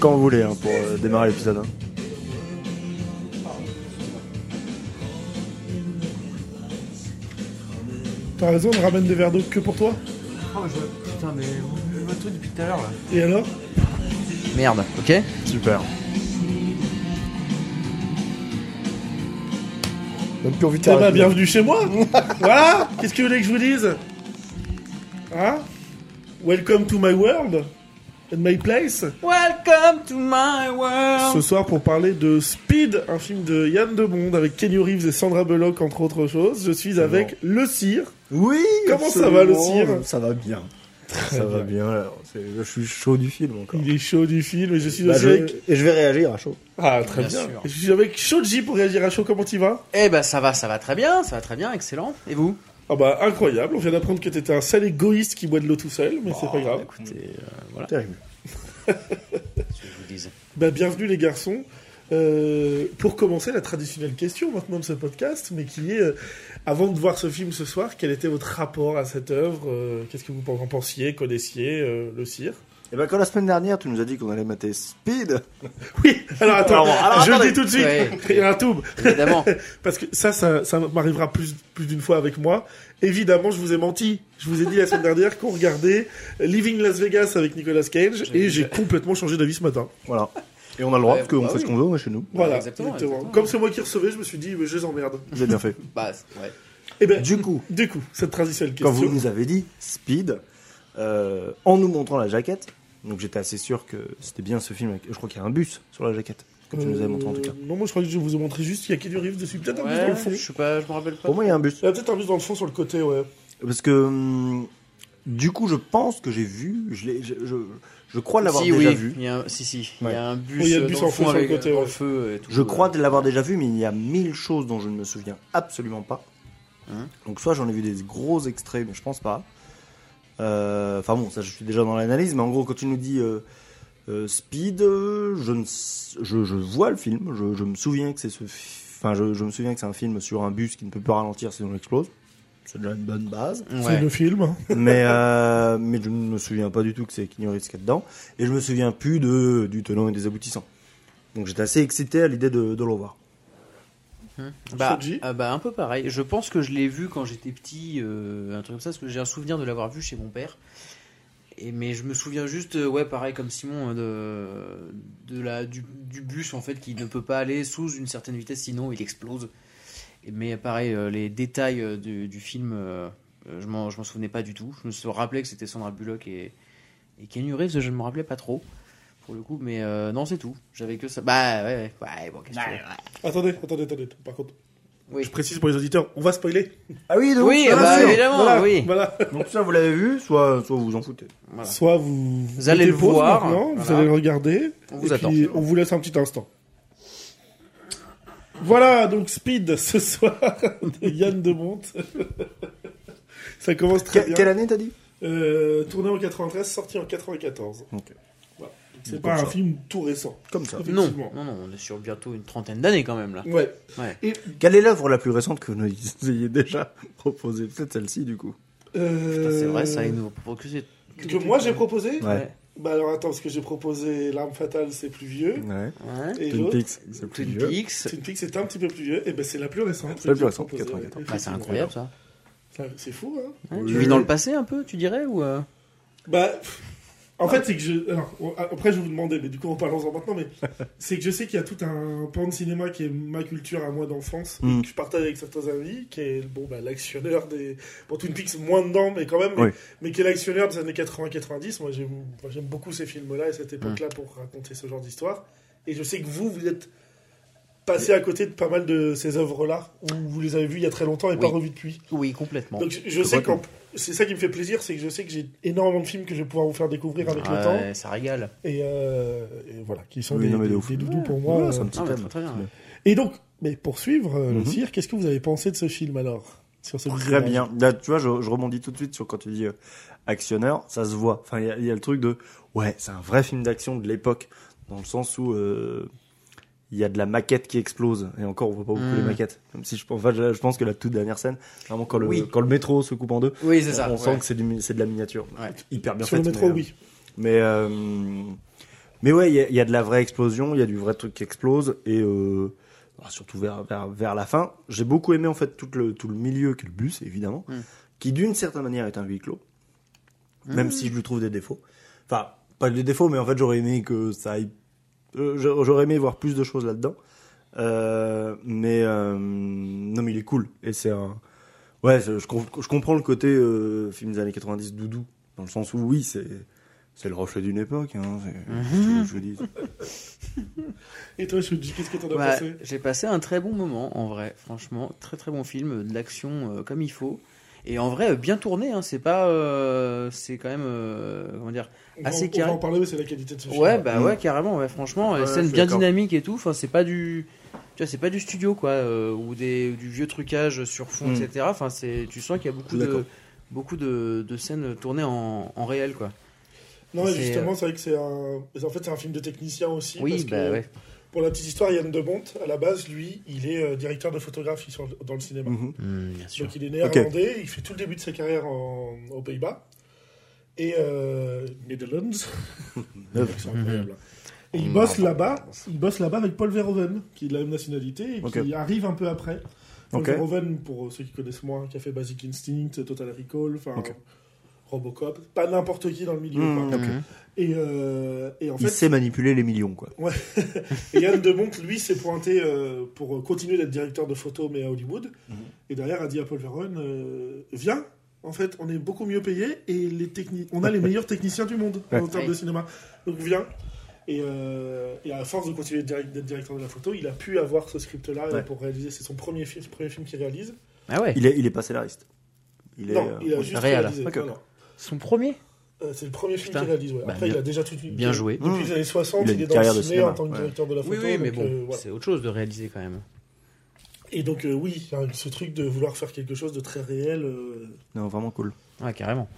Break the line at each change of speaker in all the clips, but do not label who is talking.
quand vous voulez hein, pour euh, démarrer l'épisode. hein.
T'as raison, on ramène des verres d'eau que pour toi.
Oh, je... Putain, mais votre truc depuis tout à l'heure là.
Et alors
Merde, ok
Super.
Même plus envie de
Eh ben,
t'arrêter.
bienvenue chez moi Voilà Qu'est-ce que vous voulez que je vous dise Hein Welcome to my world and my place.
Welcome to my world.
Ce soir pour parler de Speed, un film de Yann Demonde avec Kenny Reeves et Sandra Bullock entre autres choses. Je suis avec Le Cire.
Oui
Comment ça va, le
absolument,
cire
Ça va bien. ça va bien. alors. C'est- Je suis chaud du film encore.
Il est chaud du film et je suis
Bah,
aussi
je-
avec...
Et je vais réagir à chaud.
Ah très
Bien
bien.
sûr.
Et Je suis avec Shoji pour réagir à chaud. Comment tu vas
Eh ben ça va, ça va très bien, ça va très bien, excellent. Et vous
Ah bah incroyable. On vient d'apprendre que t'étais un sale égoïste qui boit de l'eau tout seul, mais c'est pas grave.
Écoutez, euh,
Terrible.
ce que je vous disais.
Bah, bienvenue les garçons. Euh, pour commencer, la traditionnelle question maintenant de ce podcast, mais qui est, euh, avant de voir ce film ce soir, quel était votre rapport à cette œuvre euh, Qu'est-ce que vous en pensiez, connaissiez, euh, le cire
Et ben quand la semaine dernière tu nous as dit qu'on allait mater Speed,
Oui, alors attends,
Alors, alors,
je le
attendez.
dis tout de suite,
Ouais.
il y a un tout,
Évidemment.
parce que ça, ça, ça m'arrivera plus, plus d'une fois avec moi. Évidemment, je vous ai menti. Je vous ai dit la semaine dernière qu'on regardait Living Las Vegas avec Nicolas Cage, et j'ai complètement changé d'avis ce matin.
voilà. Et on a le droit
Ouais,
parce qu'on
bah
fait
oui.
ce qu'on veut ouais, chez nous.
Voilà,
exactement,
exactement.
exactement.
Comme c'est moi qui recevais, je me suis dit, mais je les emmerde.
Vous avez bien fait.
Bah, c'est- ouais.
Eh ben,
Du coup,
Du coup, cette traditionnelle
quand
question.
vous nous avez dit Speed, euh, en nous montrant la jaquette, donc j'étais assez sûr que c'était bien ce film. avec- Je crois qu'il y a un bus sur la jaquette que tu nous avais montré en tout cas.
Euh, Non, moi je crois que je vous ai montré juste qu'il y a Kenny Reeves dessus. Peut-être un bus
Ouais,
dans le fond.
je sais pas, je me rappelle pas.
Pour moi il y a un bus
Il y a peut-être un bus dans le fond sur le côté, ouais.
parce que hum, du coup je pense que j'ai vu, je, l'ai- je, je, je crois l'avoir
si,
déjà
oui.
vu.
Il y a un, si, si. Il
Ouais.
y a un bus,
Oui, il y a
euh,
le bus
dans
en
le fond
fond sur le
avec
côté,
dans
ouais.
le feu et tout. euh.
Je crois de l'avoir déjà vu, mais il y a mille choses dont je ne me souviens absolument pas.
Hein
Donc soit j'en ai vu des gros extraits, mais je pense pas. Euh, Enfin bon, ça je suis déjà dans l'analyse, mais en gros quand tu nous dis euh, euh, Speed, euh, je, ne s- je, je vois le film, je, je me souviens que c'est ce, fi- enfin je, je me souviens que c'est un film sur un bus qui ne peut pas ralentir sinon il explose. C'est déjà une bonne base.
C'est
Ouais.
le film. hein.
mais euh, mais je ne me souviens pas du tout que c'est Keanu Reeves qui est dedans, et je me souviens plus de du tenant et des aboutissants. Donc j'étais assez excité à l'idée de, de le revoir.
Bah,
Shoji
ah bah, un peu pareil. Je pense que je l'ai vu quand j'étais petit, euh, un truc comme ça, parce que j'ai un souvenir de l'avoir vu chez mon père. Et, mais je me souviens juste, euh, ouais, pareil comme Simon, hein, de, de la, du, du bus en fait qui ne peut pas aller sous une certaine vitesse, sinon il explose. Et- Mais pareil, euh, les détails euh, du, du film, euh, euh, je m'en je m'en souvenais pas du tout. Je me suis rappelé que c'était Sandra Bullock et, et Keanu Reeves, je ne me rappelais pas trop. Pour le coup, mais euh, non, c'est tout. J'avais que ça. Bah ouais, ouais, ouais, bon, qu'est-ce que tu veux.
Attendez, attendez, attendez. Par contre,
Oui.
je précise pour les auditeurs, on va spoiler.
Ah oui, donc,
Oui,
bien
bah,
sûr.
évidemment,
voilà,
oui.
voilà.
Donc soit vous l'avez vu, soit, soit vous vous en foutez.
Voilà.
Soit vous,
allez
mettez
le
pause
voir,
maintenant, Vous
voilà.
allez le regarder.
On vous
et
attend.
Puis, on vous laisse un petit instant. Voilà, donc Speed ce soir de Yann de Monte. Ça commence très bien.
quelle année t'as dit
Euh, tourné en 93, sorti en 94.
Ok.
Voilà. C'est
Comme
pas un
ça.
film tout récent.
Comme ça.
Non,
Effectivement.
non, non, on est sur bientôt une trentaine d'années quand même là.
Ouais.
Ouais.
Quelle est l'œuvre la plus récente que vous nous ayez déjà proposée Peut-être celle-ci du coup.
Putain, C'est vrai,
Euh,
ça, il nous propose que c'est.
Que moi j'ai proposé
Ouais.
Bah alors attends, parce que j'ai proposé L'arme fatale, c'est plus vieux.
Ouais.
Ouais.
Et
Twin
l'autre,
Peaks, c'est plus
Twin
vieux.
Peaks.
Twin Peaks, c'était un petit peu plus vieux. Et ben c'est la plus récente.
C'est la plus
que j'ai
récente,
proposée,
94.
ouais,
Bah, c'est incroyable ça.
effectivement. C'est fou, hein
Hein,
Oui.
tu vis dans le passé un peu, tu dirais ou euh
Bah, pff, en fait, c'est que je. alors, on- après, je vais vous demander, mais du coup, en parlons-en maintenant. Mais c'est que je sais qu'il y a tout un pan de cinéma qui est ma culture à moi d'enfance, et
Mm.
que je partage avec certains amis, qui est bon, bah, l'actionneur des. Bon, Twin Peaks, moins dedans, mais quand même, mais,
Oui.
mais qui est l'actionneur des années 80-90. Moi, j'aime moi, j'aime beaucoup ces films-là et cette époque-là
Mm.
pour raconter ce genre d'histoire. Et je sais que vous, vous êtes passé à côté de pas mal de ces œuvres-là, où vous les avez vues il y a très longtemps et pas
Oui.
revues depuis.
Oui, complètement.
Donc je, je
Je
sais
vois
qu'en c'est ça qui me fait plaisir, c'est que je sais que j'ai énormément de films que je vais pouvoir vous faire découvrir avec le temps
Ouais, ça régale.
et, euh, et voilà, qui sont
Oui,
des,
non, mais de
des-
ouf.
des doudous pour moi. euh. hein.
Ouais, c'est un petit
Ah, bah,
thème.
très bien.
Et donc, mais pour suivre euh, le
Mhm.
cire, qu'est-ce que vous avez pensé de ce film alors sur ce
Très
visionnage
bien. Là, tu vois, je, je rebondis tout de suite sur quand tu dis euh, actionneur, ça se voit. Enfin, il y, a- il y a le truc de ouais, c'est un vrai film d'action de l'époque, dans le sens où euh, il y a de la maquette qui explose. Et encore, on voit pas beaucoup
Mm.
les maquettes. Même si je, pense- enfin, je, je pense que la toute dernière scène, vraiment quand le
Oui.
quand le métro se coupe en deux,
Oui,
on,
c'est ça.
on
ouais.
sent que c'est du mi- c'est de la miniature.
Ouais.
Hyper bien
Sur
fait.
le métro,
mais, euh,
oui.
Mais euh, Mais ouais, il y a- il y, a de la vraie explosion, il y a du vrai truc qui explose et euh, bah, surtout vers, vers, vers la fin, j'ai beaucoup aimé en fait tout le tout le milieu qui est le bus évidemment,
Mm.
qui d'une certaine manière est un huis clos, même si je lui trouve des défauts. Enfin, pas des défauts, mais en fait j'aurais aimé que ça aille, euh, j'a- j'aurais aimé voir plus de choses là-dedans. Euh, mais euh, non, mais il est cool et c'est un ouais, je, je com- je comprends le côté euh, film des années 90 doudou dans le sens où oui c'est c'est le reflet d'une époque, hein, c'est-
Mhm.
je- je vous dis.
Et toi, Shuji, qu'est-ce que t'en as
Bah,
pensé
J'ai passé un très bon moment, en vrai, franchement. Très très bon film, euh, de l'action euh, comme il faut. Et en vrai, euh, bien tourné, hein, c'est pas. euh, c'est quand même. euh, comment dire
On va-
assez
On
carré.
va en parler, mais c'est la qualité de ce film.
Ouais, bah
Mm.
ouais, carrément, ouais, franchement.
Ouais,
euh,
je
scène
suis
bien
d'accord.
dynamique et tout. Enfin, c'est pas du. Tu vois, c'est pas du studio, quoi. euh, ou des, du vieux trucage sur fond,
Mm.
etc. Enfin, c'est, tu sens qu'il y a beaucoup
Je suis d'accord.
de. Beaucoup de, de scènes tournées en, en réel, quoi.
Non, mais
C'est,
justement, c'est vrai que c'est un. mais En fait, c'est un film de technicien aussi. parce
Oui,
que,
bah ouais.
Pour la petite histoire, Yann de Bonte, à la base, lui, il est euh, directeur de photographie sur- dans le cinéma.
Mhm.
Mm, bien sûr.
Donc il est néerlandais, il fait tout le début de sa carrière en- aux Pays-Bas et euh, Netherlands. C'est
Mm-hmm.
incroyable. Et il bosse là-bas, il bosse là-bas avec Paul Verhoeven, qui est de la même nationalité et qui
Ok.
arrive un peu après. Paul
Ok.
Verhoeven, pour ceux qui connaissent moins, qui a fait Basic Instinct, Total Recall, enfin
Ok.
Robocop, pas n'importe qui dans le milieu.
Mmh,
quoi.
ok.
Mm.
Et, euh, et en
Il
fait,
sait manipuler les millions, quoi.
Et Yann Demonte, lui, s'est pointé euh, pour continuer d'être directeur de photo, mais à Hollywood.
Mhm.
Et derrière, a dit à Paul Verhoeven euh, Viens, en fait, on est beaucoup mieux payé et les techni- on a les meilleurs techniciens du monde en termes de cinéma. Donc viens. Et, euh, et à force de continuer d'être direct- d'être directeur de la photo, il a pu avoir ce script-là euh,
Ouais.
pour réaliser. C'est son premier film, premier film qu'il réalise.
Ah ouais
Il est, il est pas scénariste. Il est.
non,
euh,
il a
ouais.
juste
réel.
réalisé.
Ok.
Voilà.
Son premier
Euh, c'est le premier film
Putain.
qu'il réalise. ouais.
Bah,
Après,
bien-
il a déjà tout une...
Bien joué.
Depuis
Mmh.
les années 60,
Il
il,
a une
est dans le
carrière de
cinéma,
cinéma,
en tant que
ouais.
directeur de la photo.
Oui, oui, mais
donc,
bon,
euh, voilà.
c'est autre chose de réaliser quand même.
Et donc euh, oui, hein, ce truc de vouloir faire quelque chose de très réel, euh,
Non, vraiment cool.
Ouais, carrément.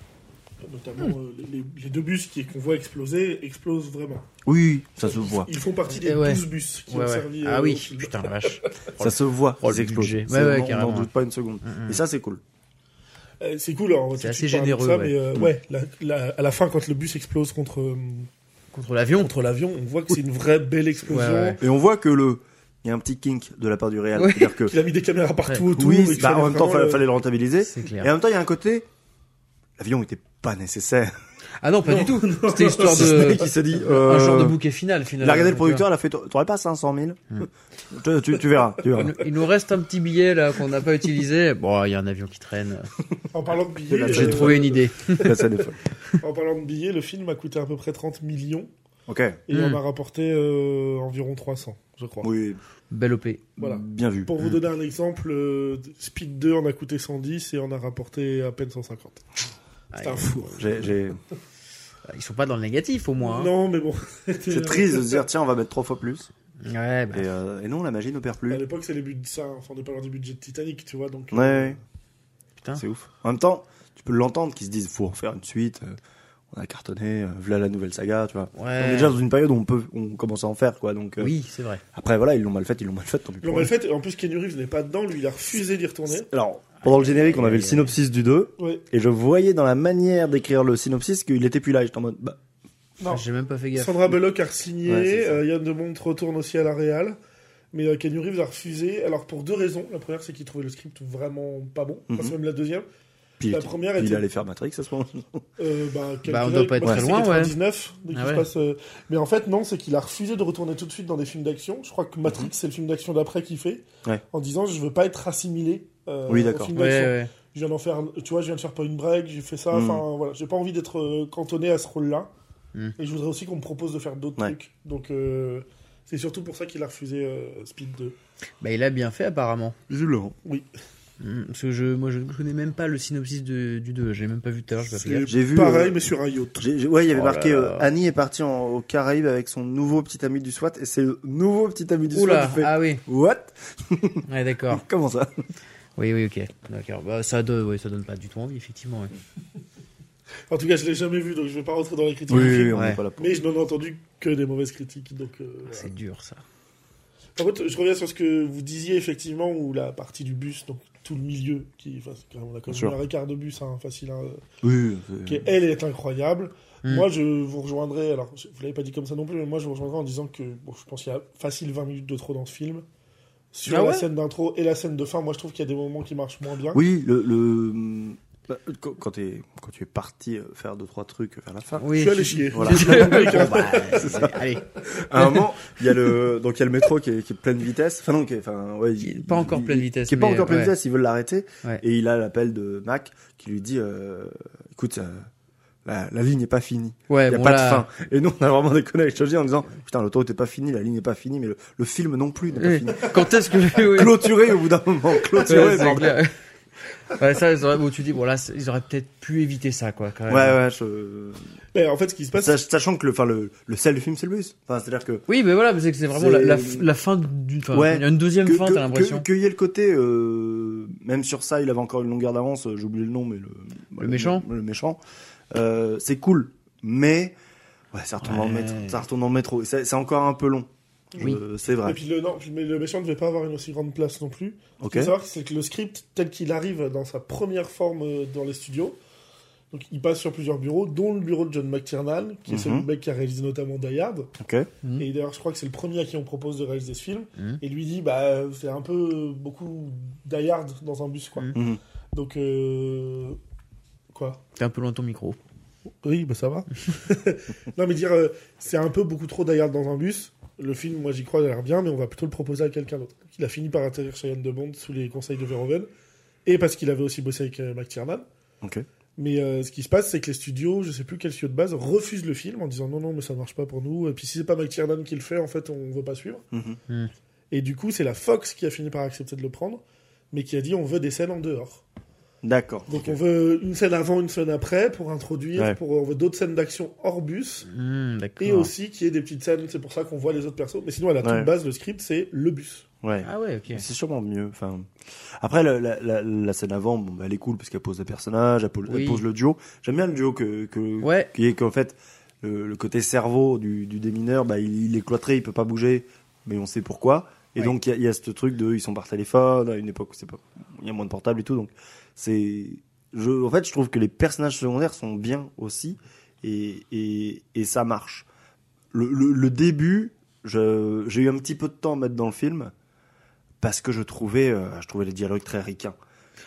notamment
Hmm.
euh, les, les deux bus qui- qu'on voit exploser, explosent vraiment.
Oui, ça se voit.
Ils font partie
Et
des
Eh ouais.
12 bus qui
Ouais,
ont
ouais.
servi.
ah
euh,
oui,
au film.
putain la vache.
Ça se voit.
Oh,
les
le
explosions.
budget.
C'est
Ouais, ouais,
vraiment- on
carrément. Mm,
n'en doute pas une seconde. Et ça, c'est cool.
Euh, c'est cool, alors,
C'est
tout de
assez
suite, on parle de
généreux,
ça,
ouais.
mais
Hmm.
euh, ouais, la- la- à la fin, quand le bus explose contre, euh,
Contre l'avion.
contre l'avion, on voit que c'est une vraie belle explosion.
Ouais, ouais.
Et on voit que le. Il y a un petit kink de la part du réel.
Oui.
C'est-à-dire que.
Il a mis des caméras partout autour. et
Oui,
qu'il
bah, en même temps,
vraiment
fallait,
le-
fallait le rentabiliser.
C'est
Et en
clair.
même temps, il y a un côté. L'avion était pas nécessaire.
Ah non, pas
Non,
du tout.
non.
C'était histoire
Si ce
de
n'est qu'il s'est dit.
un
euh,
genre de euh, bouquet final
Il
finalement.
a regardé le
Donc,
producteur, il a fait T'aurais pas 500 000 tu, tu- tu verras. Tu verras.
euh, Il nous reste un petit billet là qu'on n'a pas utilisé. Bon, il y a un avion qui traîne.
En parlant de
la-
billets,
J'ai
euh,
trouvé une idée.
La scène est folle.
En parlant de billets, le film a coûté à peu près 30 millions
Ok.
et il
Mm.
en a rapporté euh, environ 300, je crois.
Oui,
Belle OP.
Voilà.
bien vu.
Pour vous donner un exemple, euh, Speed 2 en a coûté 110 et on a rapporté à peine 150.
Ah,
C'est un hein. four.
J'ai- j'ai-
Ils sont pas dans le négatif au moins. hein.
Non, mais bon.
C'est triste de se dire Tiens, on va mettre trois fois plus.
Ouais, bah,
Et, euh, et non, la magie n'opère
À
plus.
l'époque, c'est les buts de ça. Enfin, on n'est pas loin du budget de Titanic, tu vois. Donc, euh,
Ouais, ouais.
Putain.
C'est ouf. En même temps, tu peux l'entendre qu'ils se disent faut en faire une suite. euh, on a cartonné, euh, voilà la nouvelle saga, tu vois. On est
ouais.
déjà dans une période où on peut, on commence à en faire, quoi. Donc euh,
Oui, c'est vrai.
après, voilà, ils l'ont mal fait, ils l'ont mal fait. Tant pis
Ils l'ont
pour
mal
eux.
fait. En plus, Ken Reeves n'est pas dedans. Lui, il a refusé d'y retourner.
Alors pendant le générique, on avait le synopsis du 2
Ouais.
et je voyais dans la manière d'écrire le synopsis qu'il était plus là. J'étais en mode bah,
Non.
J'ai même pas fait gaffe.
Sandra Bullock a signé.
Ouais, c'est ça.
Yann Demonte retourne aussi à la Real. Mais euh, Keanu Reeves a refusé. Alors, pour deux raisons. La première, c'est qu'il trouvait le script vraiment pas bon. Enfin,
Mhm.
c'est même la deuxième.
puis,
La
puis
première était.
il allait faire Matrix à ce moment.
Euh, bah, quel-
Bah, on doit pas être
parce
très
que c'est
loin, ouais.
99, donc
Ah
il se
ouais.
passe, euh, Mais en fait, non, c'est qu'il a refusé de retourner tout de suite dans des films d'action. Je crois que Matrix, c'est le film d'action d'après qu'il fait.
Ouais.
En disant, je veux pas être assimilé euh,
Oui,
au
d'accord.
film
Ouais,
d'action.
ouais.
Je viens d'en faire, tu vois, je viens de faire Point Break, j'ai fait ça.
Mhm.
Enfin, voilà, j'ai pas envie d'être euh, cantonné à ce rôle-là.
Mhm.
Et je voudrais aussi qu'on me propose de faire d'autres
Ouais.
trucs. Donc, euh, c'est surtout pour ça qu'il a refusé euh, Speed 2.
Bah, il a bien fait apparemment.
Visiblement.
Mm, Parce que je, moi, je ne connais même pas le synopsis de- du 2. J'ai même pas vu tout à l'heure. J'ai pas fait gaffe.
J'ai vu. euh,
Pareil, mais sur un yacht.
J'ai- j'ai- ouais, il y avait
Oh là
marqué
là.
euh, Annie est partie en, aux Caraïbes avec son nouveau petit ami du SWAT et c'est le nouveau petit ami du SWAT
Oula,
qui fait
ah oui,
What
ouais, d'accord.
Comment ça
Oui, oui, ok. D'accord. Bah, ça, donne, ouais, ça donne pas du tout envie, effectivement. ouais.
En tout cas, je l'ai jamais vu, donc je vais pas rentrer dans les critiques.
Oui,
du film.
on
Ouais.
est pas là pour.
Mais je n'en ai entendu que des mauvaises critiques, donc. euh, voilà.
C'est dur, ça.
Par contre, je reviens sur ce que vous disiez effectivement, où la partie du bus, donc tout le milieu, qui, enfin, c'est quand même- on a quand
Bien sûr.
même eu un écart de bus, hein, facile, hein,
Oui,
qui elle est incroyable.
Mm.
Moi, je vous rejoindrai, alors je- vous l'avez pas dit comme ça non plus, mais moi je vous rejoindrai en disant que bon, je pense qu'il y a facile 20 minutes de trop dans ce film. Sur
Ah
la
ouais
scène d'intro et la scène de fin, moi je trouve qu'il y a des moments qui marchent moins bien.
Oui, le. le- bah, quand, quand t'es- quand tu es parti euh, faire deux trois trucs vers la fin,
Oui,
je suis allé chier.
voilà.
Bon, bah, allez,
à un moment, il y a le donc il y a le métro qui est, qui est pleine vitesse. Enfin non, qui est, enfin ouais,
Qui est
il-
pas encore
il-
pleine vitesse,
Qui est pas
mais,
encore pleine
ouais.
vitesse. Ils veulent l'arrêter
Ouais.
et il a l'appel de Mac qui lui dit, euh, écoute, euh, la, la ligne n'est pas finie.
ouais,
Il n'y a
bon,
pas
là-
de fin. Et nous, on a vraiment déconné avec Shoji en disant, putain, l'autoroute n'est pas finie, la ligne n'est pas finie, mais le, le film non plus n'est pas
Oui.
fini.
Quand est-ce que oui.
Clôturé au bout d'un moment, clôturé.
Ouais, c'est
bordel.
clair. Ouais, ça, ils auraient- où tu dis, bon là, c'est- ils auraient peut-être pu éviter ça, quoi. Quand même.
Ouais, ouais, je-
Mais en fait, ce qui se passe,
Sach- sachant que le, enfin, le, le sel du film, c'est le bus. Enfin, c'est-à-dire que
Oui, mais voilà, mais c'est que c'est vraiment la,
C'est-
la, f- la fin d'une. Enfin,
Ouais.
Il y a une deuxième
que,
fin,
que-
t'as l'impression.
que- qu'il y ait le côté, euh, même sur ça, il avait encore une longueur d'avance. euh, J'ai oublié le nom, mais le,
méchant.
le, méchant, euh, c'est cool. Mais ouais, ça retourne dans le
Ouais.
métro. Ça retourne dans le métro. Et C'est c'est encore un peu long.
Oui.
Euh, c'est
et
vrai.
puis le, non, mais le méchant ne devait pas avoir une aussi grande place non plus.
Ok.
Il faut savoir que c'est que le script, tel qu'il arrive dans sa première forme euh, dans les studios, donc il passe sur plusieurs bureaux, dont le bureau de John McTiernan, qui est
Mhm.
celui mec qui a réalisé notamment Die Hard.
Ok.
Mhm.
Et d'ailleurs, je crois que c'est le premier à qui on propose de réaliser ce film.
Mhm.
Et lui dit, bah, c'est un peu euh, beaucoup Die Hard dans un bus, quoi.
Mhm.
Mhm.
Donc, euh, quoi
T'es un peu loin de ton micro.
oui, bah ça va. non, mais dire, euh, c'est un peu beaucoup trop Die Hard dans un bus. Le film, moi j'y crois, il a l'air bien, mais on va plutôt le proposer à quelqu'un d'autre. Il a fini par atterrir chez Yann de Bond sous les conseils de Verhoeven, et parce qu'il avait aussi bossé avec euh, McTiernan.
Ok.
Mais euh, ce qui se passe, c'est que les studios, je sais plus quel studio de base, refusent le film en disant non, non, mais ça marche pas pour nous. Et puis si c'est pas McTiernan qui le fait, en fait, on veut pas suivre.
Mhm.
Mhm.
Et du coup, c'est la Fox qui a fini par accepter de le prendre, mais qui a dit on veut des scènes en dehors.
D'accord.
Donc
Ok.
on veut une scène avant, une scène après pour introduire,
Ouais.
pour, on veut d'autres scènes d'action hors bus.
Hmm, D'accord.
Et aussi qu'il y ait des petites scènes, c'est pour ça qu'on voit les autres persos. Mais sinon, à la toute
Ouais.
base, le script, c'est le bus.
Ouais.
Ah ouais, ok.
C'est sûrement mieux. Enfin, après la, la, la, la scène avant, bon, bah, elle est cool parce qu'elle pose des personnages, elle pose, elle
Oui.
pose le duo. J'aime bien le duo que, que
Ouais.
qui est qu'en fait le, le côté cerveau du, du démineur, bah, il, il est cloîtré, il peut pas bouger, mais on sait pourquoi. Et
Ouais.
donc il y, a- il y a ce truc de, ils sont par téléphone à une époque où c'est pas, il y a moins de portables et tout, donc c'est, je, en fait, je trouve que les personnages secondaires sont bien aussi et et, et ça marche. Le, le, le début, je- j'ai eu un petit peu de temps à mettre dans le film parce que je trouvais, euh, je trouvais les dialogues très ricains.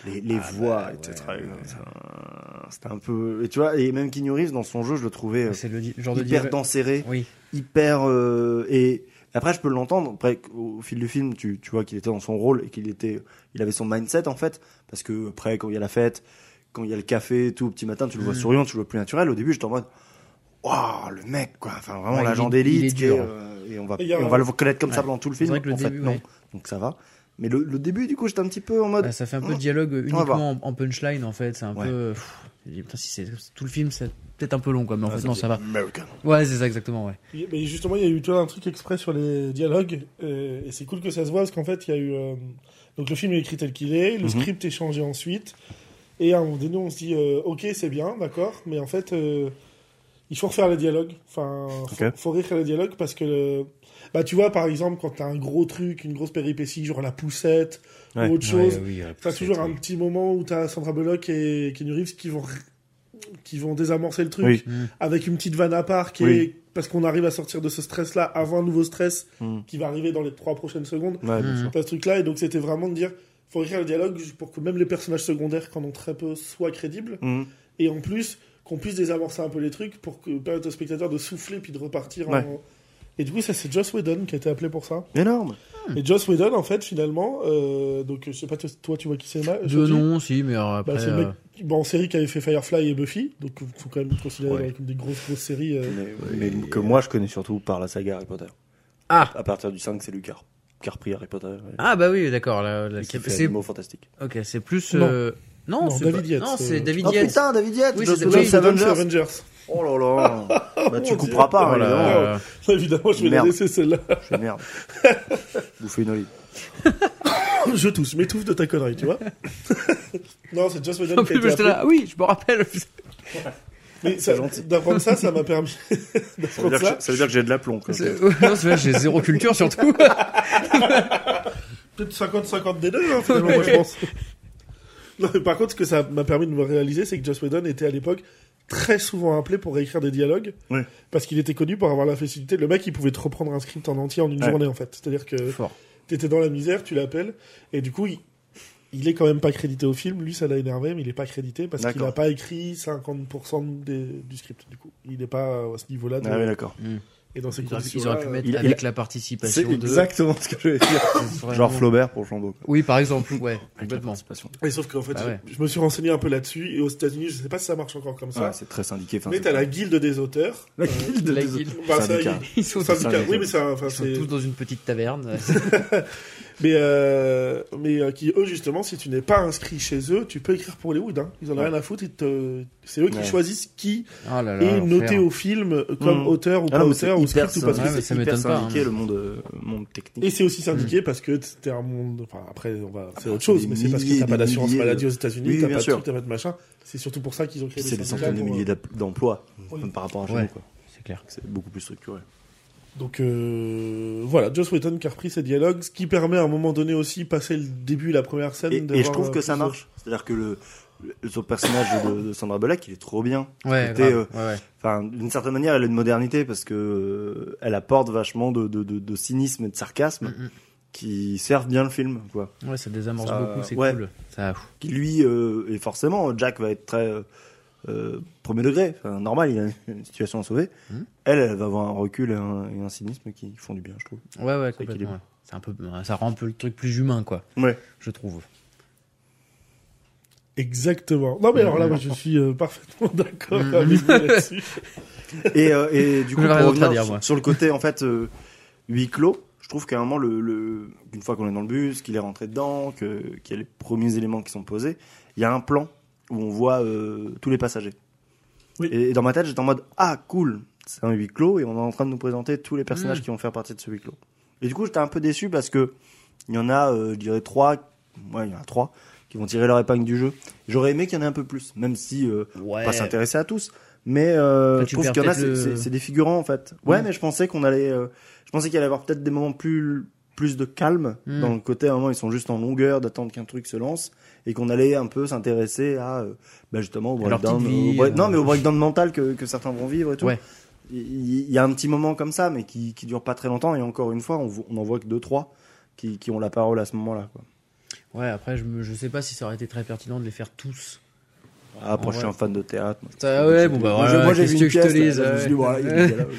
Les, les voix étaient très. c'était un- C'était un peu. Et tu vois, et même Keanu Reeves, dans son jeu, je le trouvais euh,
C'est le di- genre de
hyper
dire-
danseré,
Oui.
hyper. euh, et après, je peux l'entendre. Après, au fil du film, tu, tu vois qu'il était dans son rôle et qu'il était, il avait son mindset, en fait. Parce que après, quand il y a la fête, quand il y a le café et tout, au petit matin, tu le vois
Mm.
souriant, tu le vois plus naturel. Au début, j'étais en mode. Waouh, le mec, quoi. Enfin, vraiment,
Ouais,
l'agent
il est- il est
d'élite. qui est,
dur. hein.
euh, Et on va,
Et il y a-
et on va le connaître comme ça
Ouais.
pendant tout le
C'est
film.
vrai que le
en fait,
début,
non.
ouais.
Donc ça va. Mais le, le début, du coup, j'étais un petit peu en mode.
Ah, ça fait un peu
Hmm.
de dialogue euh,
On va voir.
uniquement en, en punchline en fait. C'est un
Ouais.
peu. pff, j'ai dit, putain, si c'est tout le film, c'est peut-être un peu long quoi. Mais en
Ah,
fait, non, ça va.
American.
Ouais, c'est ça exactement, ouais.
Et- Mais justement, il y a eu tu vois, un truc exprès sur les dialogues. euh, et c'est cool que ça se voit parce qu'en fait, il y a eu. euh, Donc le film est écrit tel qu'il est, le
Mhm.
script est changé ensuite. Et à un moment donné, on se dit euh, ok, c'est bien, d'accord, mais en fait. euh, Il faut refaire les dialogues. Enfin, faut,
Ok.
faut réécrire les dialogues parce que le... bah tu vois par exemple quand t'as un gros truc, une grosse péripétie, genre la poussette
Ouais.
ou autre chose,
Ouais, oui, ouais,
T'as
c'est-
toujours un petit moment où t'as Sandra Bullock et Kenny Reeves qui vont, qui vont désamorcer le truc
Oui.
Hmm.
avec une petite vanne à part qui
Oui.
est- parce qu'on arrive à sortir de ce stress-là avant un nouveau stress
Mm.
qui va arriver dans les trois prochaines secondes.
Ouais, bien
Mm.
sûr.
T'as ce truc-là et donc c'était vraiment de dire faut écrire le dialogue pour que même les personnages secondaires qui en ont très peu soient crédibles
Mm.
et en plus qu'on puisse désamorcer un peu les trucs pour que, permettre au spectateur de souffler puis de repartir
Ouais.
en... Et du coup ça c'est Joss Whedon qui a été appelé pour ça.
Énorme.
Et Joss Whedon en fait finalement, euh, donc je sais pas toi tu vois qui c'est Ma-
Deux
Shoji
noms, si, mais alors
bah,
après.
c'est le
euh,
mec qui- bah, en série qui avait fait Firefly et Buffy, donc il faut quand même considérer
Ouais.
euh, comme des grosses, grosses séries. euh.
Mais, mais que moi, je connais surtout par la saga Harry Potter.
Ah
À partir du 5, c'est Lucas qui a repris Harry Potter. ouais.
Ah bah oui, d'accord. là, là,
Et qui
c'est-
fait
C'est
Animaux Fantastiques.
ok, c'est plus.
Non.
euh, Non,
Non,
c'est
David
pas-
Yates,
Non,
euh,
c'est David
Oh
Yates.
putain, David Yates,
Oui,
Joss
c'est-
Whedon,
oui,
c'est
Joss Whedon, c'est
Avengers.
Avengers.
Oh là là. bah, tu
Mon
couperas
Dieu.
pas,
Oh là
évidemment.
là.
Évidemment, je vais
Merde.
la laisser celle-là.
Je fais merde. Bouffer une olive.
je tousse, je m'étouffe de ta connerie, tu vois. non, c'est Joss Whedon
En
qui
plus,
a été
j'étais
appelé.
là. Ah Oui, je me rappelle.
Mais ça- d'apprendre ça, ça m'a permis d'apprendre ça.
Ça veut dire que j'ai de l'aplomb. quoi.
C'est- Non, c'est vrai, j'ai zéro culture surtout.
Peut-être 50-50 des deux, hein, finalement, moi, je pense. Non, mais par contre, ce que ça m'a permis de me réaliser, c'est que Joss Whedon était à l'époque très souvent appelé pour réécrire des dialogues.
Ouais.
Parce qu'il était connu pour avoir la facilité. Le mec, il pouvait te reprendre un script en entier en une
Ouais.
journée, en fait. C'est-à-dire que
Fort.
t'étais dans la misère, tu l'appelles, et du coup, il, il est quand même pas crédité au film. Lui, ça l'a énervé, mais il est pas crédité parce qu'il
D'accord.
n'a pas écrit 50% des- du script, du coup. Il n'est pas à ce niveau-là. de-
Ah oui, d'accord.
et dans ces
Ils auraient,
conditions
ils auraient pu mettre
il-
avec la
C'est
participation de.
exactement ce que je voulais dire.
Bah, Vraiment.
Genre Flaubert pour Flambeau. quoi.
Oui, par exemple,
Avec
ouais,
la
complètement.
participation.
Et sauf qu'en fait,
Bah ouais.
je, je me suis renseigné un peu là-dessus, et aux États-Unis, je sais pas si ça marche encore comme ça.
Ouais, c'est très syndiqué. Enfin,
mais
c'est-
t'as la guilde des auteurs.
La guilde
La
des-
guilde.
Bah, ça,
Syndicat.
il-
Ils sont,
syndicat.
Syndicat.
Oui, mais ça, enfin,
ils sont
c'est-
tous dans une petite taverne.
Mais, euh, mais euh, qui, eux, justement, si tu n'es pas inscrit chez eux, tu peux écrire pour les Woods. Hein. Ils en ont
Ouais.
rien à foutre. ils te- C'est eux qui
Ouais.
choisissent qui
oh là là,
est noté
l'enfer.
au film euh, comme
Mhm.
auteur ou
Ah
pas
non, mais c'est
auteur ou
hyper
script ou pas
syndiqué,
Ouais, mais
c'est
ça
hyper
m'étonne pas,
syndiqué
hein.
le monde, euh, monde technique.
Et c'est aussi syndiqué parce que c'était un monde. Enfin, après, on va. C'est autre
Mm.
chose,
Ah, des
mais c'est parce que
milliers,
t'as pas
des
d'assurance
milliers de-
maladie aux États-Unis,
Oui,
t'as
bien
pas de
sûr.
truc, t'as pas de machin. C'est surtout pour ça qu'ils ont créé
C'est des
syndicats
centaines de
pour, euh,
milliers d'ap- d'emplois
Oui.
comme par rapport à chez
Ouais.
nous, quoi.
C'est clair.
C'est beaucoup plus structuré.
Donc euh, voilà, Joss Whedon qui a repris ses dialogues, ce qui permet à un moment donné aussi passer le début, la première scène.
Et,
de
et je
voir,
trouve
euh,
que ça
plus de-
marche. C'est-à-dire que le, le- son personnage de, de Sandra Bullock, il est trop bien.
Ouais,
C'était,
grave, ouais, ouais.
Enfin, d'une certaine manière, elle a une modernité parce que euh, elle apporte vachement de, de, de, de cynisme et de sarcasme
Mm,
qui servent bien le film, quoi.
mm. Ouais, ça désamorce
Ça-
beaucoup, c'est
ouais.
cool. Ça, pff,
Qui lui, euh, et forcément, Jack va être très euh, euh, premier degré. Enfin, normal, il a une situation à sauver.
Mhm.
Elle, elle va avoir un recul et un, et un cynisme qui font du bien, je trouve.
ouais, ouais,
équilibré.
complètement. ouais. C'est un peu, ça rend un peu le truc plus humain, quoi.
Ouais.
Je trouve.
Exactement. Non mais alors là, moi
Mm.
je suis euh, parfaitement d'accord
Mhm.
avec vous là-dessus.
Et, euh, et du coup,
J'aurais
pour
rien d'autre à
revenir
dire,
sur,
moi.
sur le côté en fait euh, huis clos, je trouve qu'à un moment, le, le- une fois qu'on est dans le bus, qu'il est rentré dedans, que- qu'il y a les premiers éléments qui sont posés, il y a un plan où on voit euh, tous les passagers.
Oui.
Et, et dans ma tête, j'étais en mode ah cool, c'est un huis clos et on est en train de nous présenter tous les personnages
Mm.
qui vont faire partie de ce huis clos. Et du coup, j'étais un peu déçu parce que il y en a, euh, je dirais trois, ouais, il y en a trois qui vont tirer leur épingle du jeu. J'aurais aimé qu'il y en ait un peu plus, même si euh,
Ouais.
pas s'intéresser à tous. Mais euh,
Enfin, tu
je trouve
perds
qu'il y en a,
peut-être
c'est-
le-
c'est c'est des figurants en fait. Ouais,
Mm.
mais je pensais qu'on allait, euh, je pensais qu'il allait y avoir peut-être des moments plus plus de calme
Mm.
dans le côté. À un moment, ils sont juste en longueur d'attendre qu'un truc se lance et qu'on allait un peu s'intéresser à, euh, bah, justement au
À leur
breakdown,
petite vie,
au break-
euh.
non mais au breakdown mental que, que certains vont vivre et tout.
Ouais.
Il- Il il y a un petit moment comme ça, mais qui, qui dure pas très longtemps. Et encore une fois, on, vo- on en voit que deux trois qui, qui ont la parole à ce moment-là. quoi.
Ouais, après, je, me, je sais pas si ça aurait été très pertinent de les faire tous.
Ah, après,
Ouais.
je suis un fan de théâtre. moi, je
Ah
trouve que
ouais,
c'est-
bon, bah,
Moi,
voilà,
j'ai- moi, j'ai
qu'est-ce
vu
que
une
je te
pièce, là,
lise,
je me suis dit,
ouais.
voilà, il y a des dialogues.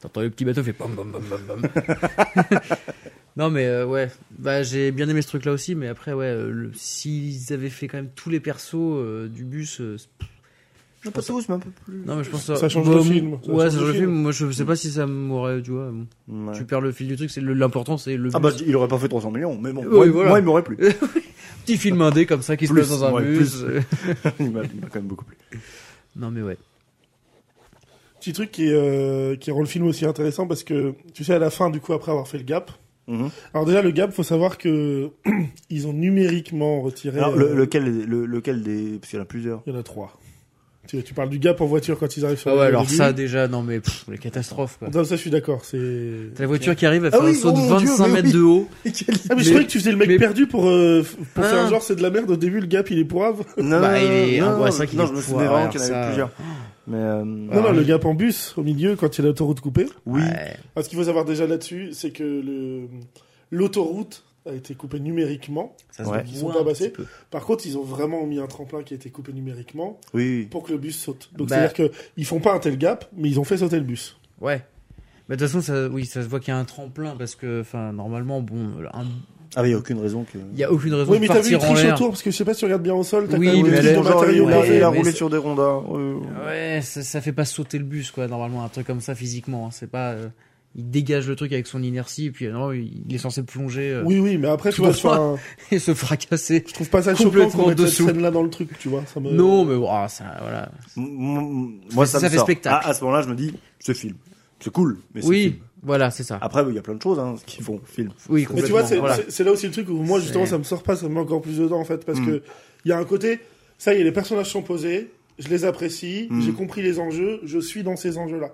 T'entends le petit bateau fait pam pam pam pam pam. non mais euh, ouais, bah j'ai bien aimé ce truc là aussi, mais après ouais, euh, le- s'ils avaient fait quand même tous les persos euh, du bus, euh, c'est-
Non, pas tous, mais un peu plus.
non mais je pense que
Ça change le film, ça
ouais,
change
ça
le
change le
film.
film. Moi je sais pas si ça m'aurait, tu vois, bon,
Ouais.
tu perds le fil du truc. C'est le- l'important, c'est le
Ah
bus.
bah, il aurait pas fait 300 millions, mais bon,
Oui,
moi,
voilà.
moi, il m'aurait plu.
petit film indé comme ça qui se
Plus,
passe dans un
ouais,
bus.
il m'a il m'a quand même beaucoup plu.
non mais ouais.
Petit truc qui, euh, qui rend le film aussi intéressant parce que tu sais à la fin du coup après avoir fait le gap.
Mhm.
Alors déjà le gap, faut savoir que ils ont numériquement retiré.
Alors, le-
euh,
lequel, le- lequel des. Parce qu'il y en a plusieurs.
Il y en a trois. Tu, tu parles du gap en voiture quand ils arrivent sur.
Ah
le
ouais, alors
début.
ça déjà, non mais pff, les catastrophes quoi.
Non, ça je suis d'accord. C'est.
T'as la voiture qui arrive à
Ah
faire un
oui,
saut de
oh mon Dieu,
25
mais
mètres
oui.
de haut.
Ah mais je
Mais-
croyais que tu faisais le mec
mais-
perdu pour euh, f- pour
Ah.
faire genre c'est de la merde au début le gap il est pourrave.
Non,
Bah, il est angoissant qu'il
Non,
est
je me
fou,
souvenais
ouais,
vraiment qu'il y en
alors
avait
ça,
plusieurs. Mais. euh,
Bah
Non non
ah,
le gap en bus au milieu quand il y a l'autoroute coupée.
Oui.
Ouais.
Ah, ce qu'il faut savoir déjà là-dessus, c'est que le- l'autoroute a été coupée numériquement.
Ça se
Ouais.
voit
Ils sont
un
pas
petit
passés.
peu.
Par contre, ils ont vraiment mis un tremplin qui a été coupé numériquement
Oui, oui.
pour que le bus saute. Donc
Bah.
c'est-à-dire qu'ils font pas un tel gap, mais ils ont fait sauter le bus.
Ouais. Bah, de toute façon, ça, oui, ça se voit qu'il y a un tremplin parce que, enfin, normalement, bon, un-
Ah, mais il n'y a aucune raison que.
il y a aucune raison
Oui,
de
mais t'as vu, ils
partir en
trichent
l'air.
autour, parce que je sais pas si tu regardes bien au sol, t'as
Oui,
quand même
mais
des
elle
trucs
est-
de
genre,
matériaux
Ah il a,
ouais,
il a
mais
roulé
c'est-
sur des Euh, rondins. ouais, ouais.
Ouais, ça, ça fait pas sauter le bus, quoi. Normalement, un truc comme ça physiquement, hein. c'est pas. euh, il dégage le truc avec son inertie et puis euh, non, il est censé plonger euh,
Oui, oui, mais après, tu
Tout
vois,
droit.
enfin,
et se fracasser.
je trouve pas ça choquant
Complètement
qu'on mette cette
dessous.
scène-là dans le truc, tu vois. Ça me...
Non, mais bon, ah, ça, voilà.
M- m- Moi, ça,
Ça
me
fait
sort.
spectacle.
À, à ce moment-là, je me dis, ce film. C'est cool, mais c'est
Oui,
film.
voilà, c'est ça.
Après, il y a plein de choses hein, qui font film.
oui,
Mais tu vois,
complètement.
c'est
voilà.
c'est- c'est là aussi le truc où moi, justement,
C'est-
ça me sort pas, ça me met encore plus dedans, en fait, parce
Mm.
que il y a un côté, ça y est, les personnages sont posés, je les apprécie,
Mm.
j'ai compris les enjeux, je suis dans ces enjeux-là.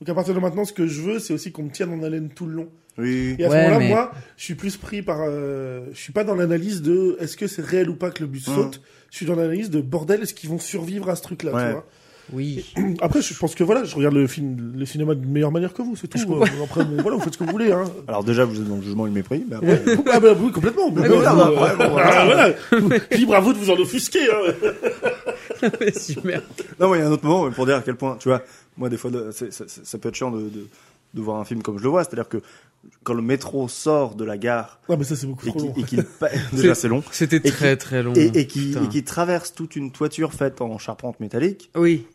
Donc à partir de maintenant, ce que je veux, c'est aussi qu'on me tienne en haleine tout le long.
Oui.
Et à ce
Ouais,
moment-là,
mais-
moi, je suis plus pris par, euh, je suis pas dans l'analyse de est-ce que c'est réel ou pas que le bus
Mm.
saute. Je suis dans l'analyse de bordel, est-ce qu'ils vont survivre à ce truc-là,
Ouais.
tu vois.
Oui.
Après, je pense que voilà, je regarde le film, le cinéma de meilleure manière que vous, c'est tout. Euh, Après, mais voilà, vous faites ce que vous voulez. Hein.
Alors déjà, vous êtes dans le jugement et le mépris, mais après,
ah bah oui, complètement. Mais
Ouais,
voilà,
voilà,
vous,
bah,
euh,
ouais, bon,
ah, voilà. Libre à vous de vous en offusquer. Hein.
Super.
Non, mais il y a un autre moment pour dire à quel point, tu vois, moi, des fois, le- c'est- c'est- c'est- ça peut être chiant de, de, de voir un film comme je le vois. C'est-à-dire que quand le métro sort de la gare
Non, mais ça, c'est beaucoup
et
trop long.
qu'il. et qu'il pa- Déjà, c'est long.
C'était
qui-
très très long.
Et, et qui,
Mmh. Putain.
et qui traverse toute une toiture faite en charpente métallique.
Oui.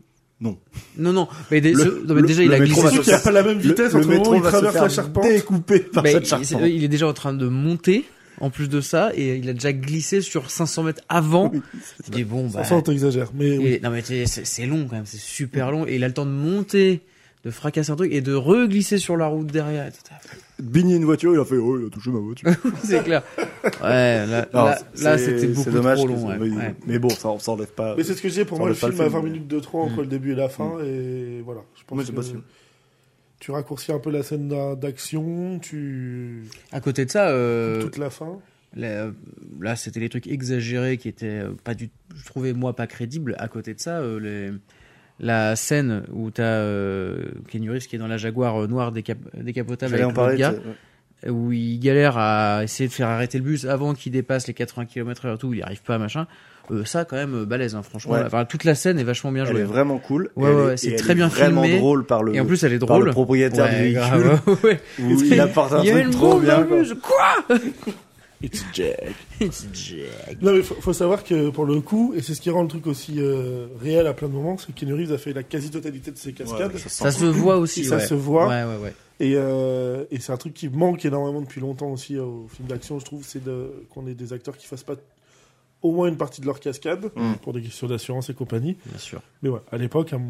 Non.
Non, non. Mais, dé-
Le-
ce- non, mais
le-
déjà,
le
il a
métro
glissé.
va
Surtout
se
sur-
qu'il n'y a pas la même vitesse
le
entre le
métro
moment où il
va
traverse
se
la
faire
charpente.
découper par
Mais
cette
il,
charpente.
c'est- il est déjà en train de monter. En plus de ça, et il a déjà glissé sur 500 mètres avant. Tu dis bon bah.
Ça, on t'exagère. Mais oui.
et- non mais t'es- c'est c'est long quand même, c'est super long. Et il a le temps de monter, de fracasser un truc et de reglisser sur la route derrière. Et tout.
Bigner une voiture, il a fait, oh, il a touché ma voiture.
C'est clair. Ouais, là,
Non,
là-
c'est-
là,
c'est-
c'était
c'est
beaucoup
dommage
trop
que-
long. ouais,
oui,
ouais.
Mais bon, ça, on s'enlève pas.
Mais c'est ce que je disais, pour
Ça
moi, le
enlève pas
film,
le
à
film,
20
mais-
minutes de trop entre le début et la fin, et voilà. Je pense
Moi, c'est
que
pas sûr.
Tu raccourcis un peu la scène d'a- d'action, tu.
À côté de ça, euh,
toute la fin.
là, euh, là, c'était les trucs exagérés qui étaient euh, pas du, je trouvais moi pas crédibles. À côté de ça, euh, les- la scène où t'as euh, Keanu Reeves qui est dans la Jaguar euh, noire décap- décapotable
J'allais
avec
en
le
parler.
gars,
tu sais, ouais.
où il galère à essayer de faire arrêter le bus avant qu'il dépasse les 80 km/h et tout, il y arrive pas, machin. Euh, ça quand même euh, balèze, hein, franchement.
Ouais.
Enfin, toute la scène est vachement bien
Elle est
jouée.
vraiment cool.
Ouais,
et elle
ouais,
est-
ouais, c'est
et elle
très
est
bien
vraiment
filmé.
drôle par le,
Et en plus, elle est
par
drôle.
le propriétaire du
Ouais,
véhicule.
grave, ouais.
Où il apporte un
Il y avait
truc
le
trop
bombe dans
bien.
le
quoi.
bus. Quoi
It's Jack.
It's Jack.
Non, mais faut, faut savoir que pour le coup, et c'est ce qui rend le truc aussi euh, réel à plein de moments, c'est qu'Enu Reeves a fait la quasi-totalité de ses cascades.
Ouais, ça sent
Ça se voit aussi.
Ça
ouais.
se voit.
Ouais, ouais, ouais.
Et, euh, et c'est un truc qui manque énormément depuis longtemps aussi euh, aux films d'action, je trouve, c'est de- qu'on ait des acteurs qui fassent pas au moins une partie de leur cascade,
Mm.
pour des questions d'assurance et compagnie.
Bien sûr.
Mais ouais, à l'époque, hein,